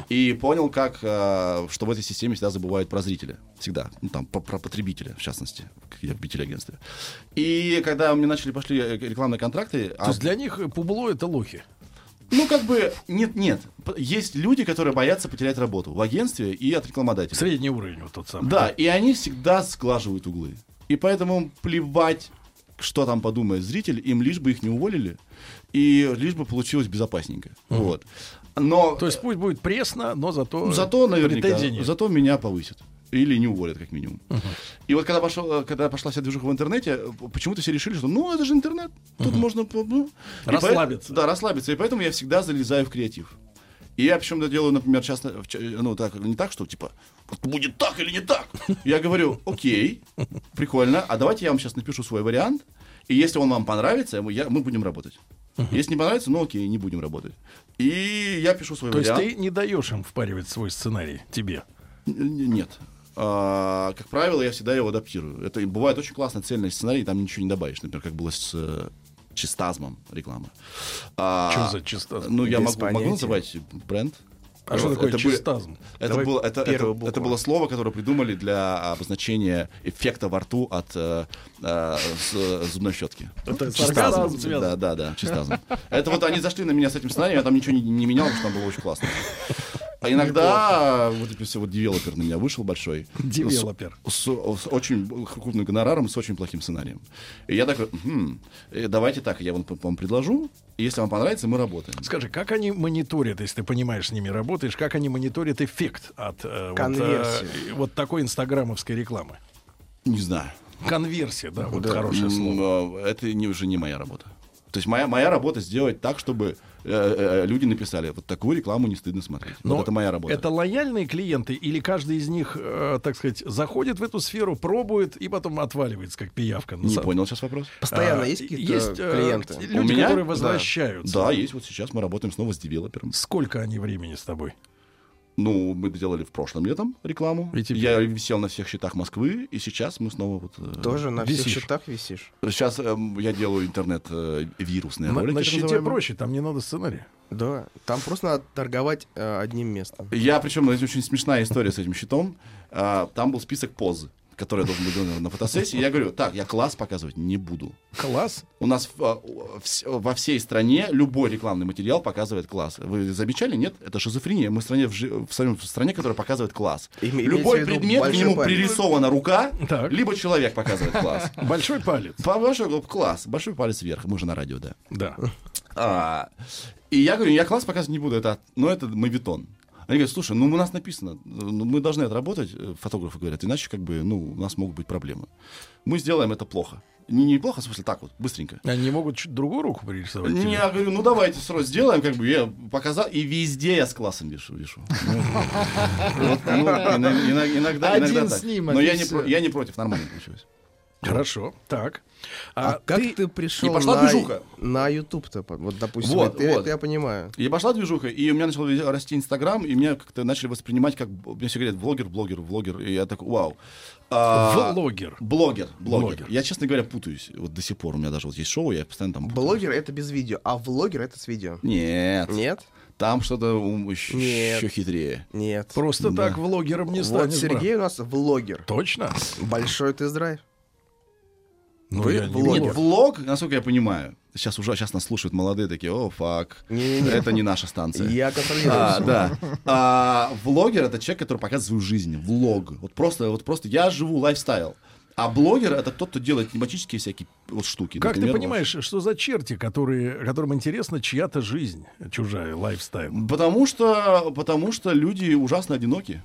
[SPEAKER 4] И понял, как, э, что в этой системе всегда забывают про зрителя. Всегда. Ну, там, про, про потребителя, в частности, как я в BTL-агентстве. И когда мне начали пошли э, рекламные контракты...
[SPEAKER 2] То
[SPEAKER 4] а-
[SPEAKER 2] есть для них э, публо это лохи.
[SPEAKER 4] ну, как бы, нет, нет. П- Есть люди, которые боятся потерять работу в агентстве и от рекламодателя.
[SPEAKER 2] Средний уровень вот тот самый.
[SPEAKER 4] Да, и они всегда сглаживают углы. И поэтому плевать, что там подумает зритель, им лишь бы их не уволили, и лишь бы получилось безопасненько. Вот. Но
[SPEAKER 2] То есть пусть будет пресно, но зато...
[SPEAKER 4] Ну, зато наверняка,
[SPEAKER 2] претензий нет.
[SPEAKER 4] зато меня повысят. Или не уволят, как минимум. И вот когда, пошел, когда пошла вся движуха в интернете, почему-то все решили, что ну, это же интернет, тут можно... по- ну». И поэ-
[SPEAKER 2] Расслабиться.
[SPEAKER 4] да, расслабиться. И поэтому я всегда залезаю в креатив. И я причем это делаю, например, часто, в ча- ну, так, не так, что типа, «Вот будет так или не так. Я говорю, окей, прикольно, а давайте я вам сейчас напишу свой вариант, и если он вам понравится, мы, я- мы будем работать. Если не понравится, ну окей, не будем работать. И я пишу свой
[SPEAKER 2] То есть ты
[SPEAKER 4] вариант.
[SPEAKER 2] не даешь им впаривать свой сценарий тебе.
[SPEAKER 4] Н- н- Нет. А, как правило, я всегда его адаптирую. Это и бывает очень классный цельный сценарий, там ничего не добавишь, например, как было с э, чистазмом реклама. А,
[SPEAKER 2] Что за чистазм?
[SPEAKER 4] Ну, я
[SPEAKER 3] Без
[SPEAKER 4] могу, могу
[SPEAKER 3] понятия.
[SPEAKER 4] называть бренд.
[SPEAKER 2] А что
[SPEAKER 4] Вот,
[SPEAKER 2] такое
[SPEAKER 4] это были-
[SPEAKER 2] чистазм?
[SPEAKER 4] Это
[SPEAKER 3] Давай
[SPEAKER 4] было, это, это-
[SPEAKER 3] первую
[SPEAKER 4] это
[SPEAKER 3] букву.
[SPEAKER 4] было слово, которое придумали для обозначения эффекта во рту от э, э, с- зубной щетки.
[SPEAKER 2] Это с
[SPEAKER 4] Чистазм.
[SPEAKER 2] оргазмом связано.
[SPEAKER 4] Да, да, да, чистазм. Это вот они зашли на меня с этим сценарием, я там ничего не, не менял, потому что там было очень классно. А иногда вот это все вот девелопер на меня вышел большой.
[SPEAKER 2] Девелопер.
[SPEAKER 4] С, с очень крупным гонораром, с очень плохим сценарием. И я такой, «Мгм, э, давайте так, я вам, вам предложу, и если вам понравится, мы работаем.
[SPEAKER 2] Скажи, как они мониторят, если ты понимаешь, с ними работаешь, как они мониторят эффект от э, вот, э,
[SPEAKER 3] Конверсии.
[SPEAKER 2] вот такой инстаграмовской рекламы?
[SPEAKER 4] Не знаю.
[SPEAKER 2] Конверсия, да, вот хорошее
[SPEAKER 4] М,
[SPEAKER 2] слово.
[SPEAKER 4] э, Это не, уже не моя работа. То есть моя, моя работа сделать так, чтобы э, э, люди написали, вот такую рекламу не стыдно смотреть.
[SPEAKER 2] Но
[SPEAKER 4] вот это моя работа.
[SPEAKER 2] Это лояльные клиенты или каждый из них, э, так сказать, заходит в эту сферу, пробует и потом отваливается, как пиявка?
[SPEAKER 4] Не понял сейчас вопрос?
[SPEAKER 3] Постоянно
[SPEAKER 2] А,
[SPEAKER 3] есть какие-то клиенты?
[SPEAKER 2] э, Люди,
[SPEAKER 4] У меня?
[SPEAKER 2] которые
[SPEAKER 4] Да.
[SPEAKER 2] возвращаются.
[SPEAKER 4] Да, есть. Вот сейчас мы работаем снова с девелопером.
[SPEAKER 2] Сколько они времени с тобой?
[SPEAKER 4] Ну, мы делали в прошлом летом рекламу.
[SPEAKER 2] И теперь?
[SPEAKER 4] Я висел на всех счетах Москвы, и сейчас мы снова вот... э,
[SPEAKER 3] Тоже на
[SPEAKER 2] Висишь.
[SPEAKER 3] всех счетах висишь.
[SPEAKER 4] Сейчас эм, я делаю интернет-вирусные
[SPEAKER 2] На,
[SPEAKER 4] ролики.
[SPEAKER 2] на
[SPEAKER 4] так
[SPEAKER 2] щите
[SPEAKER 4] называемые.
[SPEAKER 2] проще, там не надо сценария.
[SPEAKER 3] Да. Там просто надо торговать э, одним местом.
[SPEAKER 4] Я, причем, знаете, очень смешная история с этим щитом. А, Там был список поз, которые я должен был делать на фотосессии. Я говорю, так, я класс показывать не буду.
[SPEAKER 2] Класс.
[SPEAKER 4] У нас а, у- вс- во всей стране любой рекламный материал показывает класс. Вы замечали? Нет, это шизофрения. Мы в стране, в, жи- в самом- в стране, которая показывает класс.
[SPEAKER 3] Име-
[SPEAKER 4] Любой
[SPEAKER 3] имеется в виду
[SPEAKER 4] предмет, к
[SPEAKER 3] большой
[SPEAKER 4] нему
[SPEAKER 3] палец.
[SPEAKER 4] пририсована рука,
[SPEAKER 2] Так.
[SPEAKER 4] либо человек показывает класс.
[SPEAKER 2] Большой палец.
[SPEAKER 4] По- Большой класс, большой палец вверх. Мы же на радио, да.
[SPEAKER 2] Да.
[SPEAKER 4] А, и я говорю, я класс показывать не буду, это, ну, это мавитон. Они говорят, слушай, ну у нас написано, ну, мы должны отработать, э, фотографы говорят, иначе как бы, ну, у нас могут быть проблемы. Мы сделаем это плохо. Не, не плохо, в смысле, так вот, быстренько.
[SPEAKER 2] Они не могут чуть другую руку пририсовать.
[SPEAKER 4] Не,
[SPEAKER 2] тебе?
[SPEAKER 4] я говорю, ну давайте сразу сделаем, как бы я показал, и везде я с классом вишу. вишу. Вот, ну, ина- ина- Иногда,
[SPEAKER 5] Один
[SPEAKER 4] иногда так.
[SPEAKER 5] снимок,
[SPEAKER 4] Но
[SPEAKER 5] и
[SPEAKER 4] я не,
[SPEAKER 5] всё.
[SPEAKER 4] про- я не против, нормально получилось.
[SPEAKER 2] Хорошо. Так.
[SPEAKER 3] А, как ты, пришел
[SPEAKER 4] и пошла
[SPEAKER 3] на,
[SPEAKER 4] движуха.
[SPEAKER 3] на YouTube-то? по- Вот, допустим,
[SPEAKER 4] Вот,
[SPEAKER 3] это, это
[SPEAKER 4] вот.
[SPEAKER 3] я понимаю.
[SPEAKER 4] И пошла движуха, и у меня начал расти Инстаграм, и меня как-то начали воспринимать как... Мне все говорят, блогер, блогер, блогер. И я такой, вау. А,
[SPEAKER 2] Влогер.
[SPEAKER 4] Блогер, блогер.
[SPEAKER 2] Блогер.
[SPEAKER 4] Я, честно говоря, путаюсь. Вот до сих пор у меня даже вот есть шоу, я постоянно там... путаюсь.
[SPEAKER 3] Блогер это без видео, а влогер это с видео.
[SPEAKER 4] Нет.
[SPEAKER 3] Нет?
[SPEAKER 4] Там что-то ум- еще,
[SPEAKER 3] Нет.
[SPEAKER 4] еще хитрее.
[SPEAKER 3] Нет.
[SPEAKER 2] Просто
[SPEAKER 4] Да.
[SPEAKER 2] так влогером не станешь.
[SPEAKER 3] вот
[SPEAKER 2] брат.
[SPEAKER 3] Сергей у нас влогер.
[SPEAKER 2] Точно?
[SPEAKER 3] Большой тест-драйв.
[SPEAKER 2] Ну,
[SPEAKER 3] Вы
[SPEAKER 2] я не
[SPEAKER 3] влогер.
[SPEAKER 4] Нет,
[SPEAKER 2] могу.
[SPEAKER 4] влог, насколько я понимаю, сейчас уже сейчас нас слушают молодые такие, о, фак,
[SPEAKER 3] Не-не-не.
[SPEAKER 4] это не наша станция.
[SPEAKER 3] Я контролирую.
[SPEAKER 4] А,
[SPEAKER 3] всё.
[SPEAKER 4] да. А, влогер это человек, который показывает свою жизнь. Влог. Вот просто, вот просто я живу лайфстайл. А блогер это тот, кто делает тематические всякие вот штуки.
[SPEAKER 2] Как ты
[SPEAKER 4] Например,
[SPEAKER 2] понимаешь, что за черти, которые, которым интересна чья-то жизнь, чужая, лайфстайл?
[SPEAKER 4] вот- Потому что, потому что люди ужасно одиноки.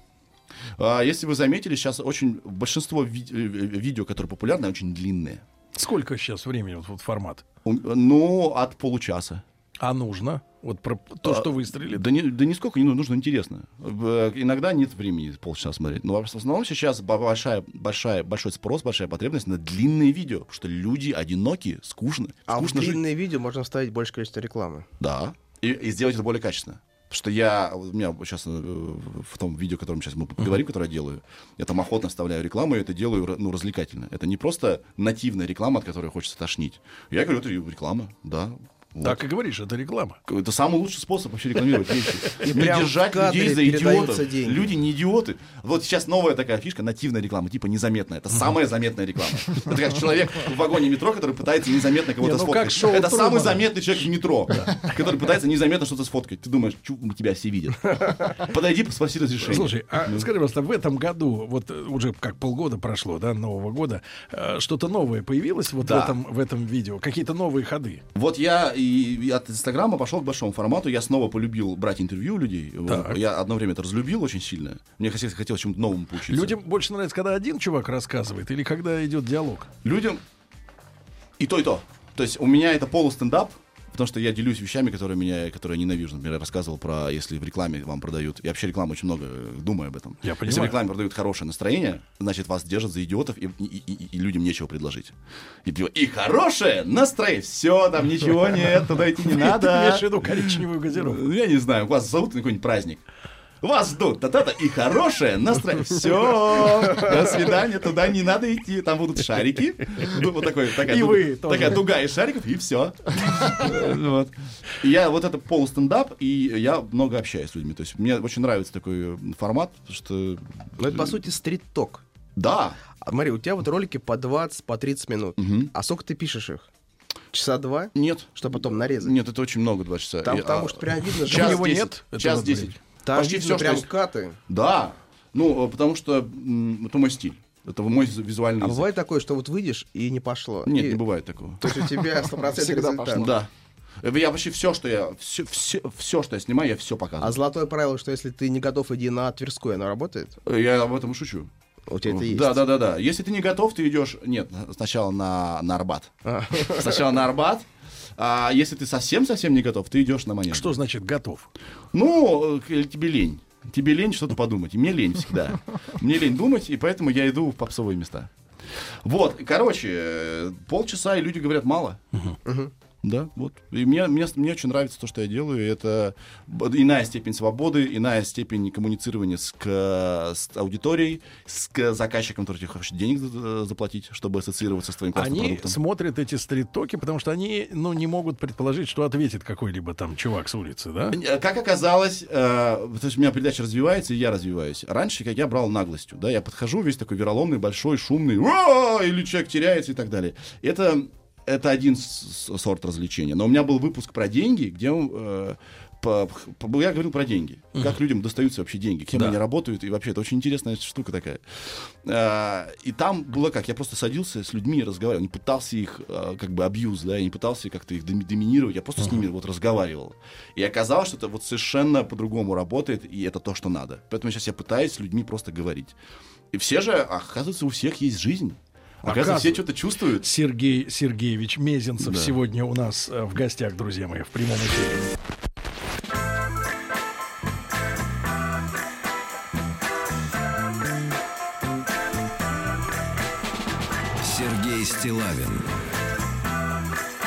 [SPEAKER 4] А, Если вы заметили, сейчас очень большинство ви- э, видео, которые популярны, очень длинные.
[SPEAKER 2] Сколько сейчас времени вот, вот формат?
[SPEAKER 4] У- Ну, от получаса.
[SPEAKER 2] А нужно? Вот про то,
[SPEAKER 4] А,
[SPEAKER 2] что выстрелит.
[SPEAKER 4] Да, не, да нисколько не нужно, нужно интересно. Э, Иногда нет времени полчаса смотреть. Но в основном сейчас бо- большая, большая, большой спрос, большая потребность на длинные видео, потому что люди одиноки, скучно.
[SPEAKER 3] А в
[SPEAKER 4] скучно жить.
[SPEAKER 3] длинное видео можно вставить больше количества рекламы.
[SPEAKER 4] Да. И, и сделать это более качественно. Потому что я, вот у меня сейчас э, в том видео, о котором сейчас мы говорим, которое я делаю, я там охотно вставляю рекламу, и это делаю ра- ну, развлекательно. Это не просто нативная реклама, от которой хочется тошнить. Я говорю, это реклама, да. вот.
[SPEAKER 2] Так и говоришь, это реклама.
[SPEAKER 4] Это самый лучший способ вообще рекламировать вещи.
[SPEAKER 3] И
[SPEAKER 4] Не
[SPEAKER 3] прям в
[SPEAKER 4] держать
[SPEAKER 3] кадре
[SPEAKER 4] людей за
[SPEAKER 3] передаются
[SPEAKER 4] идиотов.
[SPEAKER 3] деньги.
[SPEAKER 4] Люди не идиоты. Вот сейчас новая такая фишка, нативная реклама, типа незаметная. Это самая заметная реклама. Это как человек в вагоне метро, который пытается незаметно
[SPEAKER 2] Не,
[SPEAKER 4] кого-то
[SPEAKER 2] ну как
[SPEAKER 4] сфоткать.
[SPEAKER 2] шоу
[SPEAKER 4] Это
[SPEAKER 2] Трумана.
[SPEAKER 4] самый заметный человек в метро, который пытается незаметно что-то сфоткать. Ты думаешь, чу, тебя все видят. Подойди, спроси разрешение.
[SPEAKER 2] Слушай, а скажи, пожалуйста, в этом году, вот э, уже как полгода прошло, да, Нового года, э, что-то новое появилось вот
[SPEAKER 4] Да.
[SPEAKER 2] в, этом, в этом видео? Какие-то новые ходы?
[SPEAKER 4] Вот я и и от Инстаграма пошел к большому формату. Я снова полюбил брать интервью у людей.
[SPEAKER 2] Так.
[SPEAKER 4] Я одно время это разлюбил очень сильно. Мне хотелось, хотелось чему-то новому поучиться.
[SPEAKER 2] Людям больше нравится, когда один чувак рассказывает или когда идет диалог?
[SPEAKER 4] людям и то, и то. То есть у меня это полустендап, Потому что я делюсь вещами, которые меня, которые я ненавижу. Например, я рассказывал про, если в рекламе вам продают. Я вообще рекламу очень много э, думаю об этом.
[SPEAKER 2] Я
[SPEAKER 4] Если в
[SPEAKER 2] понимаю.
[SPEAKER 4] рекламе продают хорошее настроение, значит, вас держат за идиотов, и, и- и- и людям нечего предложить. И, ты- и хорошее настроение. Все, там ничего нет, туда идти не
[SPEAKER 2] Ты имеешь в
[SPEAKER 4] надо.
[SPEAKER 2] виду коричневую газировку?
[SPEAKER 4] Ну, Я не знаю, вас зовут на какой-нибудь праздник. Вас ждут, та-та-та, и хорошее настроение. Все, до свидания, туда не надо идти. Там будут шарики. Ну, вот такой, такая,
[SPEAKER 2] И
[SPEAKER 4] дуга,
[SPEAKER 2] вы тоже.
[SPEAKER 4] такая дуга из шариков, и все. Вот. И Я вот это полустендап, и я много общаюсь с людьми. То есть мне очень нравится такой формат, потому что...
[SPEAKER 3] Но это, по сути, стрит-ток.
[SPEAKER 4] Да.
[SPEAKER 3] А, Смотри, у тебя вот ролики по 20, по 30 минут.
[SPEAKER 4] Мгм.
[SPEAKER 3] А сколько ты пишешь их? Часа два,
[SPEAKER 4] Нет.
[SPEAKER 3] чтобы потом нарезать?
[SPEAKER 4] Нет, это очень много, два часа.
[SPEAKER 3] Там,
[SPEAKER 4] Я-
[SPEAKER 3] потому что прям видно, что
[SPEAKER 4] Час
[SPEAKER 2] его
[SPEAKER 4] 10.
[SPEAKER 2] нет, это
[SPEAKER 4] Час
[SPEAKER 2] надо
[SPEAKER 4] 10.
[SPEAKER 2] время.
[SPEAKER 3] там
[SPEAKER 4] Почти
[SPEAKER 3] видно
[SPEAKER 4] все, что
[SPEAKER 3] прям
[SPEAKER 4] есть.
[SPEAKER 3] каты.
[SPEAKER 4] Да. Ну, э, потому что м, это мой стиль. Это мой визу- визуальный
[SPEAKER 3] А
[SPEAKER 4] язык.
[SPEAKER 3] бывает такое, что вот выйдешь и не пошло?
[SPEAKER 4] Нет,
[SPEAKER 3] И-
[SPEAKER 4] не бывает такого.
[SPEAKER 3] То есть у тебя 100%
[SPEAKER 5] Всегда
[SPEAKER 3] результат.
[SPEAKER 5] пошло.
[SPEAKER 4] Да. Э, Я вообще все, что я все, все, все, что я снимаю, я все
[SPEAKER 3] А
[SPEAKER 4] показываю.
[SPEAKER 3] золотое правило, что если ты не готов, иди на Тверскую, оно работает?
[SPEAKER 4] Э, Я об этом и шучу.
[SPEAKER 3] У тебя это есть?
[SPEAKER 4] Да, да, да, да. Если ты не готов, ты идешь. Нет, на- сначала на, на Арбат.
[SPEAKER 3] А.
[SPEAKER 4] Сначала на Арбат. А если ты совсем-совсем не готов, ты идешь на манеж.
[SPEAKER 2] Что значит готов?
[SPEAKER 4] Ну, э, или тебе лень. Тебе лень что-то подумать. Мне лень всегда. Мне лень думать, и поэтому я иду в попсовые места. Вот, короче, э, полчаса, и люди говорят мало. Да, вот. И мне, мне, мне очень нравится то, что я делаю. Это б- иная степень свободы, иная степень коммуницирования с, к- с аудиторией, с к заказчиком, который тебе хочет денег за- заплатить, чтобы ассоциироваться с твоим классным
[SPEAKER 2] Они
[SPEAKER 4] продуктом.
[SPEAKER 2] смотрят эти стрит-токи, потому что они, ну, не могут предположить, что ответит какой-либо там чувак с улицы, да?
[SPEAKER 4] Э, Как оказалось, э, то есть у меня передача развивается, и я развиваюсь. Раньше, как я брал наглостью, да, я подхожу весь такой вероломный, большой, шумный, «Уа!» или человек теряется и так далее. Это, это один с- с- сорт развлечения. Но у меня был выпуск про деньги, где э, по- по- я говорил про деньги. Как людям достаются вообще деньги, кем
[SPEAKER 2] Да.
[SPEAKER 4] они работают, и вообще это очень интересная штука такая. Э, И там было как, я просто садился с людьми и разговаривал, не пытался их э, как бы абьюз, да, я не пытался как-то их доми- доминировать, я просто с ними вот разговаривал. И оказалось, что это вот совершенно по-другому работает, и это то, что надо. Поэтому сейчас я пытаюсь с людьми просто говорить. И все же, оказывается, у всех есть жизнь. Оказывается, все
[SPEAKER 2] Оказывается.
[SPEAKER 4] что-то чувствуют.
[SPEAKER 2] Сергей Сергеевич Мезенцев сегодня у нас э, в гостях, друзья мои, в прямом эфире.
[SPEAKER 1] Сергей Стилавин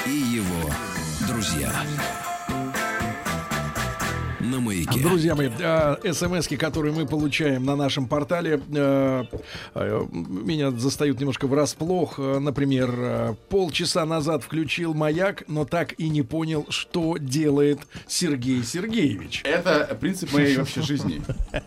[SPEAKER 1] и его друзья. На маяке.
[SPEAKER 2] Друзья мои, э, смски, которые мы получаем на нашем портале, э, э, меня застают немножко врасплох. Э, Например, э, полчаса назад включил маяк, но так и не понял, что делает Сергей Сергеевич.
[SPEAKER 4] Это принцип моей вообще жизни.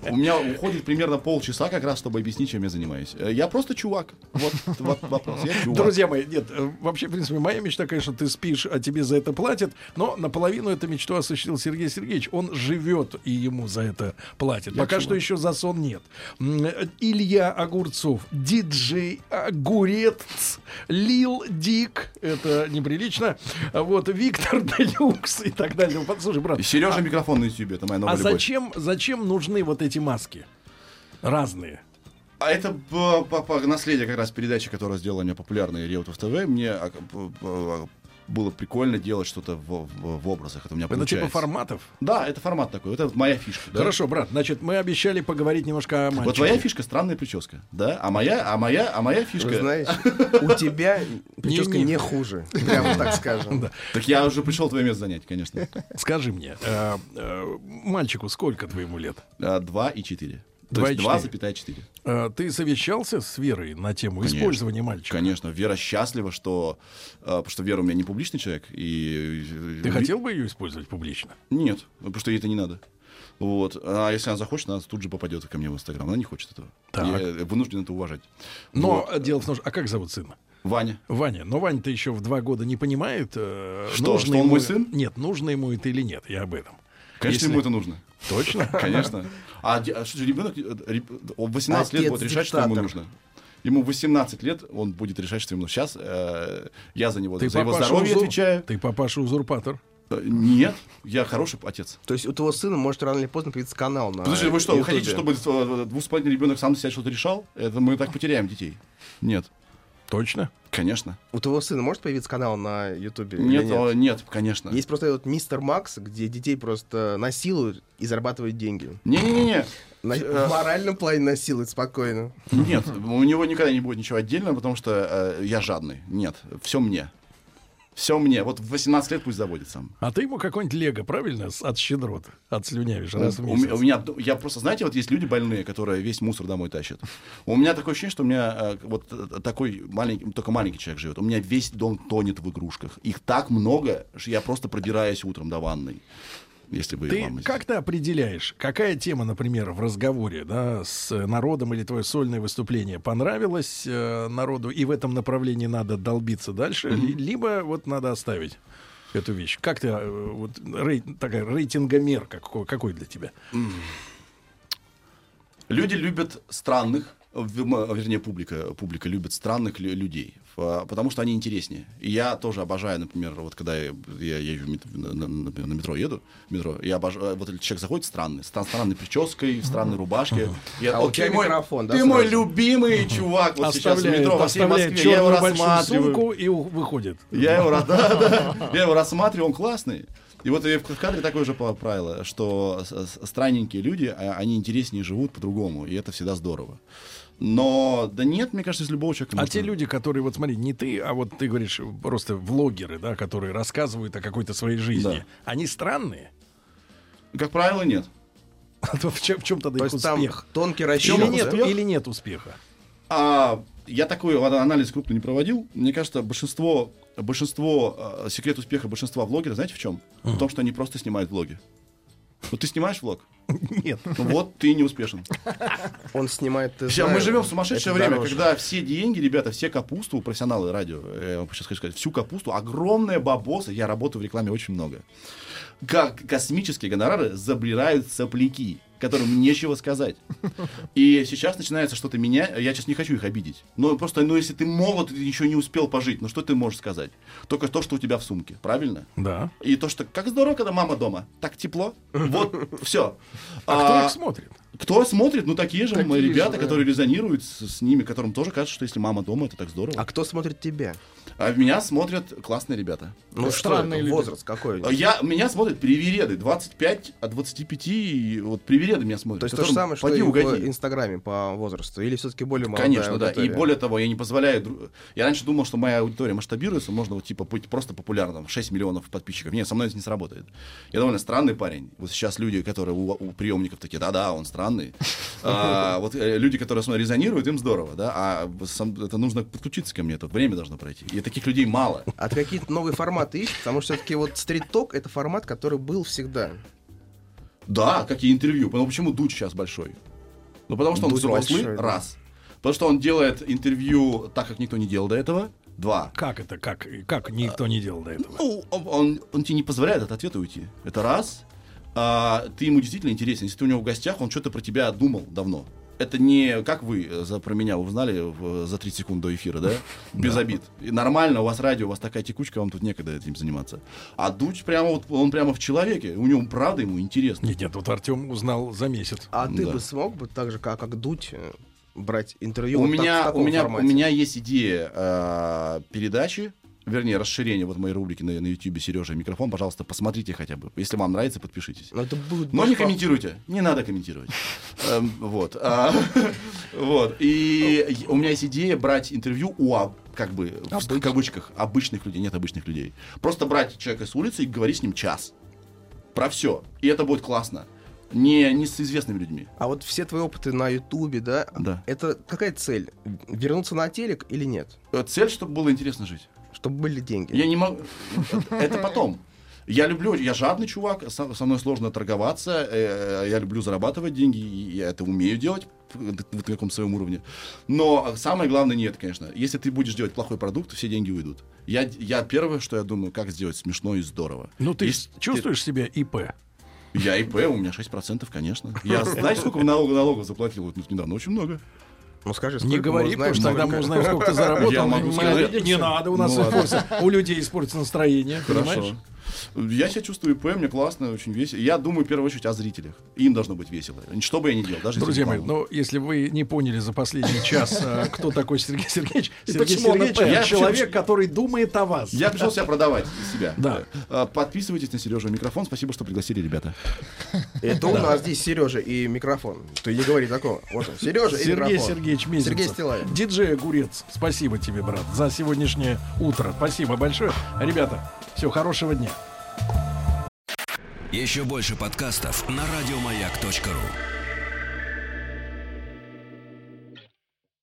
[SPEAKER 4] У меня уходит примерно полчаса как раз, чтобы объяснить, чем я занимаюсь. Э, Я просто чувак. Вот, вот вопрос. Я чувак.
[SPEAKER 2] Друзья мои, нет, э, вообще, в принципе, моя мечта, конечно, ты спишь, а тебе за это платят, но наполовину эту мечту осуществил Сергей Сергеевич. Он живет, и ему за это платят. Пока что еще за сон нет. М, э, Илья Огурцов, диджей Огурец, Лил Дик, это неприлично, А вот Виктор Делюкс и так далее. Вот, Слушай, брат,
[SPEAKER 4] Сережа микрофон на ютубе, это моя новая
[SPEAKER 2] а
[SPEAKER 4] любовь.
[SPEAKER 2] зачем, зачем нужны вот эти маски? Разные.
[SPEAKER 4] А это по, по- по наследие как раз передачи, которая сделала меня популярной Реутов ТВ. Мне а, п- п- было прикольно делать что-то в, в- в образах. Это у меня
[SPEAKER 2] Это
[SPEAKER 4] получается.
[SPEAKER 2] типа форматов?
[SPEAKER 4] Да, это формат такой. Это вот моя фишка. да.
[SPEAKER 2] Хорошо, брат, значит, мы обещали поговорить немножко о мальчике.
[SPEAKER 4] Вот твоя фишка странная прическа, да? А моя, а моя, а моя фишка.
[SPEAKER 3] Вы знаешь, у тебя прическа
[SPEAKER 2] Не, не.
[SPEAKER 3] не хуже. Прямо так скажем.
[SPEAKER 4] Так я уже пришел твое место занять, конечно.
[SPEAKER 2] Скажи мне, э, э, мальчику сколько твоему лет?
[SPEAKER 4] А, Два и четыре. То
[SPEAKER 2] Два
[SPEAKER 4] есть
[SPEAKER 2] и
[SPEAKER 4] два
[SPEAKER 2] четыре.
[SPEAKER 4] запятая четыре.
[SPEAKER 2] Э, ты совещался с Верой на тему
[SPEAKER 4] Конечно.
[SPEAKER 2] использования мальчика?
[SPEAKER 4] Конечно, Вера счастлива, что... э, Потому что Вера у меня не публичный человек. И...
[SPEAKER 2] Ты хотел бы ее использовать публично?
[SPEAKER 4] Нет, потому что ей это не надо. Вот. А если она захочет, она тут же попадет ко мне в Инстаграм. Она не хочет этого.
[SPEAKER 2] Так.
[SPEAKER 4] Я э, вынужден это уважать.
[SPEAKER 2] Но
[SPEAKER 4] Вот.
[SPEAKER 2] э, дело в том, что... А как зовут сына?
[SPEAKER 4] Ваня.
[SPEAKER 2] Ваня. Но Ваня-то еще в два года не понимает, э,
[SPEAKER 4] Что, что он
[SPEAKER 2] ему...
[SPEAKER 4] мой сын?
[SPEAKER 2] Нет, нужно ему это или нет. Я об этом.
[SPEAKER 4] Конечно,
[SPEAKER 2] Если-
[SPEAKER 4] ему это нужно.
[SPEAKER 2] Точно?
[SPEAKER 4] Конечно. А, де- а что же ребенок... э, реб- он в 18 лет
[SPEAKER 3] Отец
[SPEAKER 4] будет решать, что ему
[SPEAKER 3] диктатор.
[SPEAKER 4] нужно. Ему 18 лет, он будет решать, что ему нужно. Сейчас э, я за него, за его
[SPEAKER 2] папаша
[SPEAKER 4] здоровье
[SPEAKER 2] узур-
[SPEAKER 4] отвечаю.
[SPEAKER 2] Ты папаша-узурпатор.
[SPEAKER 4] Э, Нет, я хороший отец.
[SPEAKER 3] То есть у твоего сына может рано или поздно появиться канал на
[SPEAKER 4] Подождите, вы что, вы
[SPEAKER 3] Ютубе.
[SPEAKER 4] э, хотите, чтобы э, двухспальный ребенок сам для себя что-то решал? Это мы так потеряем детей. Нет.
[SPEAKER 2] Точно?
[SPEAKER 4] Конечно.
[SPEAKER 3] У твоего сына может появиться канал на Ютубе? или
[SPEAKER 4] Нет, а, о, нет, конечно.
[SPEAKER 3] Есть просто вот мистер Макс, где детей просто насилуют и зарабатывают деньги.
[SPEAKER 4] Не-не-не.
[SPEAKER 3] На-
[SPEAKER 4] Э.
[SPEAKER 3] в моральном плане насилуют спокойно.
[SPEAKER 4] Нет, у него никогда не будет ничего отдельного, потому что э, я жадный. Нет, все мне. Все мне. Вот в 18 лет пусть заводит сам.
[SPEAKER 2] А ты ему какой-нибудь лего, правильно, с- от щедрот отслюнявишь раз в
[SPEAKER 4] У, м-
[SPEAKER 2] месяц?
[SPEAKER 4] у меня, д- я просто, знаете, вот есть люди больные, которые весь мусор домой тащат. У меня такое ощущение, что у меня э, вот э, такой маленький, только маленький человек живет. У меня весь дом тонет в игрушках. Их так много, что я просто пробираюсь утром до ванной. Если бы
[SPEAKER 2] Ты
[SPEAKER 4] мама здесь.
[SPEAKER 2] как ты определяешь, какая тема, например, в разговоре да, с народом или твое сольное выступление понравилось э, народу, и в этом направлении надо долбиться дальше, ли- либо вот надо оставить эту вещь. Как ты, э, вот, рей- такая рейтингомер какой, какой для тебя?
[SPEAKER 4] Люди любят странных, в- м, вернее, публика, публика любит странных лю- людей, ф- а, потому что они интереснее. И я тоже обожаю, например, вот когда я, я езжу в мет- на, на- на- на метро, еду, в метро, я обожаю, а, вот человек заходит странный, с тран- странной прической, в странной рубашке. Я,
[SPEAKER 3] А у
[SPEAKER 4] «О,
[SPEAKER 3] тебя
[SPEAKER 4] ты мой-
[SPEAKER 3] микрофон, да,
[SPEAKER 4] Ты мой
[SPEAKER 3] сразу?»
[SPEAKER 4] любимый чувак вот Ну, сейчас в метро во всей
[SPEAKER 2] оставляет
[SPEAKER 4] Москве, я его
[SPEAKER 2] черную большую
[SPEAKER 4] рассматриваю.
[SPEAKER 2] сумку и у- выходит. А
[SPEAKER 4] Я его, рас- да, да. я его рассматриваю, он классный. И вот и в в кадре такое же па- правило, что с- с- странненькие люди, а, они интереснее живут по-другому, и это всегда здорово. Но, да нет, мне кажется, из любого человека...
[SPEAKER 2] А
[SPEAKER 4] можно-
[SPEAKER 2] те люди, которые, вот смотри, не ты, а вот ты говоришь, просто влогеры, да, которые рассказывают о какой-то своей жизни, они странные?
[SPEAKER 4] Как правило, нет.
[SPEAKER 2] А то в чем, в чем тогда
[SPEAKER 3] То
[SPEAKER 2] их
[SPEAKER 3] есть там
[SPEAKER 2] успех?
[SPEAKER 3] тонкий
[SPEAKER 2] Или
[SPEAKER 3] расчет.
[SPEAKER 2] нет,
[SPEAKER 4] да?
[SPEAKER 2] или нет успеха?
[SPEAKER 4] А, я такой вот анализ крупно не проводил. Мне кажется, большинство, большинство э, секрет успеха большинства влогеров, знаете в чем? В том, что они просто снимают влоги. Вот ты снимаешь влог,
[SPEAKER 2] Нет.
[SPEAKER 4] ну вот ты не успешен.
[SPEAKER 3] Он снимает... ты
[SPEAKER 4] Сейчас мы
[SPEAKER 3] знаешь,
[SPEAKER 4] живем в сумасшедшее
[SPEAKER 3] это
[SPEAKER 4] время,
[SPEAKER 3] дороже.
[SPEAKER 4] когда все деньги, ребята, все капусту, профессионалы радио, э, я вам сейчас хочу сказать, всю капусту, огромная бабоса, я работаю в рекламе очень много. Как космические гонорары забирают сопляки, которым нечего сказать. И сейчас начинается что-то меня, я сейчас не хочу их обидеть, но просто, ну если ты молод, ты еще не успел пожить, ну что ты можешь сказать? Только то, что у тебя в сумке, правильно?
[SPEAKER 2] Да.
[SPEAKER 4] И то, что как здорово, когда мама дома, так тепло, вот все.
[SPEAKER 2] А, кто их смотрит?
[SPEAKER 4] Кто смотрит? Ну, такие же
[SPEAKER 5] Такие
[SPEAKER 4] мои
[SPEAKER 5] же,
[SPEAKER 4] ребята,
[SPEAKER 5] да.
[SPEAKER 4] которые резонируют с, с ними, которым тоже кажется, что если мама дома, это так
[SPEAKER 3] А
[SPEAKER 4] здорово.
[SPEAKER 3] кто смотрит тебя?
[SPEAKER 4] А, меня смотрят классные ребята.
[SPEAKER 3] Ну что
[SPEAKER 5] странные
[SPEAKER 3] это?
[SPEAKER 5] люди.
[SPEAKER 3] Возраст какой?
[SPEAKER 4] А Я, меня смотрят привереды 25 от 25, и вот привереды меня смотрят.
[SPEAKER 3] То есть то же
[SPEAKER 4] которым
[SPEAKER 3] самое, что
[SPEAKER 4] поди
[SPEAKER 3] и в
[SPEAKER 4] угоди.
[SPEAKER 3] Инстаграме по возрасту? Или все-таки более молодая
[SPEAKER 4] Конечно, да. И
[SPEAKER 3] аудитория?
[SPEAKER 4] более того, я не позволяю... дру- Я раньше думал, что моя аудитория масштабируется, можно вот типа быть просто популярным, 6 миллионов подписчиков. Нет, со мной это не сработает. Я довольно странный парень. Вот сейчас люди, которые у, у приемников такие, да-да, он странный. А, вот э, люди, которые со мной резонируют, им здорово, да. А сам- это нужно подключиться ко мне, это время должно пройти. И таких людей мало.
[SPEAKER 3] А ты какие-то новые форматы ищешь? Потому что все-таки вот стрит-ток — это формат, который был всегда.
[SPEAKER 4] Да, какие интервью. Ну почему Дудь сейчас большой? Ну потому что он
[SPEAKER 3] Дудь
[SPEAKER 4] взрослый,
[SPEAKER 3] большой, да.
[SPEAKER 4] раз. Потому что он делает интервью так, как никто не делал до этого, два.
[SPEAKER 2] Как это? Как? Как никто не делал до этого?
[SPEAKER 4] Ну, он, он- он тебе не позволяет от ответа уйти. Это раз. А, ты ему действительно интересен. Если ты у него в гостях, он что-то про тебя думал давно. Это не как вы э, за, про меня узнали в- за 30 секунд до эфира, да? Без обид. И нормально, у вас радио, у вас такая текучка, вам тут некогда этим заниматься. А Дуч прямо вот, он прямо в человеке. У него правда ему интересно.
[SPEAKER 2] Нет, нет, вот Артем узнал за месяц.
[SPEAKER 3] А ты
[SPEAKER 4] Да.
[SPEAKER 3] бы смог бы так же, как, как Дудь, э, брать интервью
[SPEAKER 4] у,
[SPEAKER 3] вот так, в
[SPEAKER 4] меня,
[SPEAKER 3] таком
[SPEAKER 4] у, меня, у
[SPEAKER 3] формате?
[SPEAKER 4] меня есть идея э, передачи, вернее, расширение вот моей рубрики на, на YouTube Сережа и микрофон. Пожалуйста, посмотрите хотя бы. Если вам нравится, подпишитесь.
[SPEAKER 3] Но Ну, это будет...
[SPEAKER 4] Но не
[SPEAKER 3] больше
[SPEAKER 4] комментируйте. Не надо комментировать. Эм, Вот. а, Вот. И у меня есть идея брать интервью у об- как бы в кавычках обычных людей, нет обычных людей. Просто брать человека с улицы и говорить с ним час. Про все. И это будет классно. Не, не с известными людьми.
[SPEAKER 3] А вот все твои опыты на Ютубе, да?
[SPEAKER 4] Да.
[SPEAKER 3] Это какая цель? Вернуться на телек или нет?
[SPEAKER 4] Э, Цель, чтобы было интересно жить.
[SPEAKER 3] Чтобы были деньги.
[SPEAKER 4] Я не могу. Это потом. Я люблю, я жадный чувак, со, со мной сложно торговаться, э, я люблю зарабатывать деньги, и я это умею делать в таком своем уровне. Но самое главное нет, конечно. Если ты будешь делать плохой продукт, все деньги уйдут. Я, я первое, что я думаю, как сделать смешно и здорово.
[SPEAKER 2] Ну ты
[SPEAKER 4] Если-
[SPEAKER 2] ж чувствуешь себя ИП?
[SPEAKER 4] Я ИП, у меня 6%, конечно. Я, знаешь, сколько налогов, налогов заплатил вот недавно? Очень много.
[SPEAKER 3] Ну скажи,
[SPEAKER 2] Не
[SPEAKER 3] сколько
[SPEAKER 2] говори, потому
[SPEAKER 3] мы узнаем
[SPEAKER 2] что тогда мы
[SPEAKER 3] наверняка?
[SPEAKER 2] узнаем, сколько ты заработал.
[SPEAKER 4] Я могу
[SPEAKER 2] Мы
[SPEAKER 4] сказать-
[SPEAKER 2] обидимся. Не надо, у нас
[SPEAKER 4] Ну ладно.
[SPEAKER 2] инфосы. У людей испортится настроение,
[SPEAKER 4] Хорошо.
[SPEAKER 2] понимаешь?
[SPEAKER 4] Я себя чувствую ИП, мне классно, очень весело. Я думаю, в первую очередь, о зрителях. Им должно быть весело. Что бы я ни делал, даже если
[SPEAKER 2] Друзья мои,
[SPEAKER 4] рекламу.
[SPEAKER 2] ну, если вы не поняли за последний час, э, кто такой Сергей Сергеевич, Сергей
[SPEAKER 3] почему он
[SPEAKER 2] Сергеевич
[SPEAKER 4] опять?
[SPEAKER 2] это
[SPEAKER 4] Я
[SPEAKER 2] человек,
[SPEAKER 4] почему-
[SPEAKER 2] который думает о вас.
[SPEAKER 4] Я пришел себя продавать из себя.
[SPEAKER 2] Да.
[SPEAKER 4] А, Подписывайтесь на Сережа Микрофон. Спасибо, что пригласили, ребята.
[SPEAKER 3] Это у нас здесь Сережа и микрофон. Ты не говори такого. Вот он, Сережа и
[SPEAKER 2] Сергей
[SPEAKER 3] микрофон.
[SPEAKER 2] Сергеевич Мезенцев.
[SPEAKER 3] Сергей Стилавин.
[SPEAKER 2] Диджей Огурец. Спасибо тебе, брат, за сегодняшнее утро. Спасибо большое. Ребята, все, хорошего дня.
[SPEAKER 1] Еще больше подкастов на радиомаяк.ру.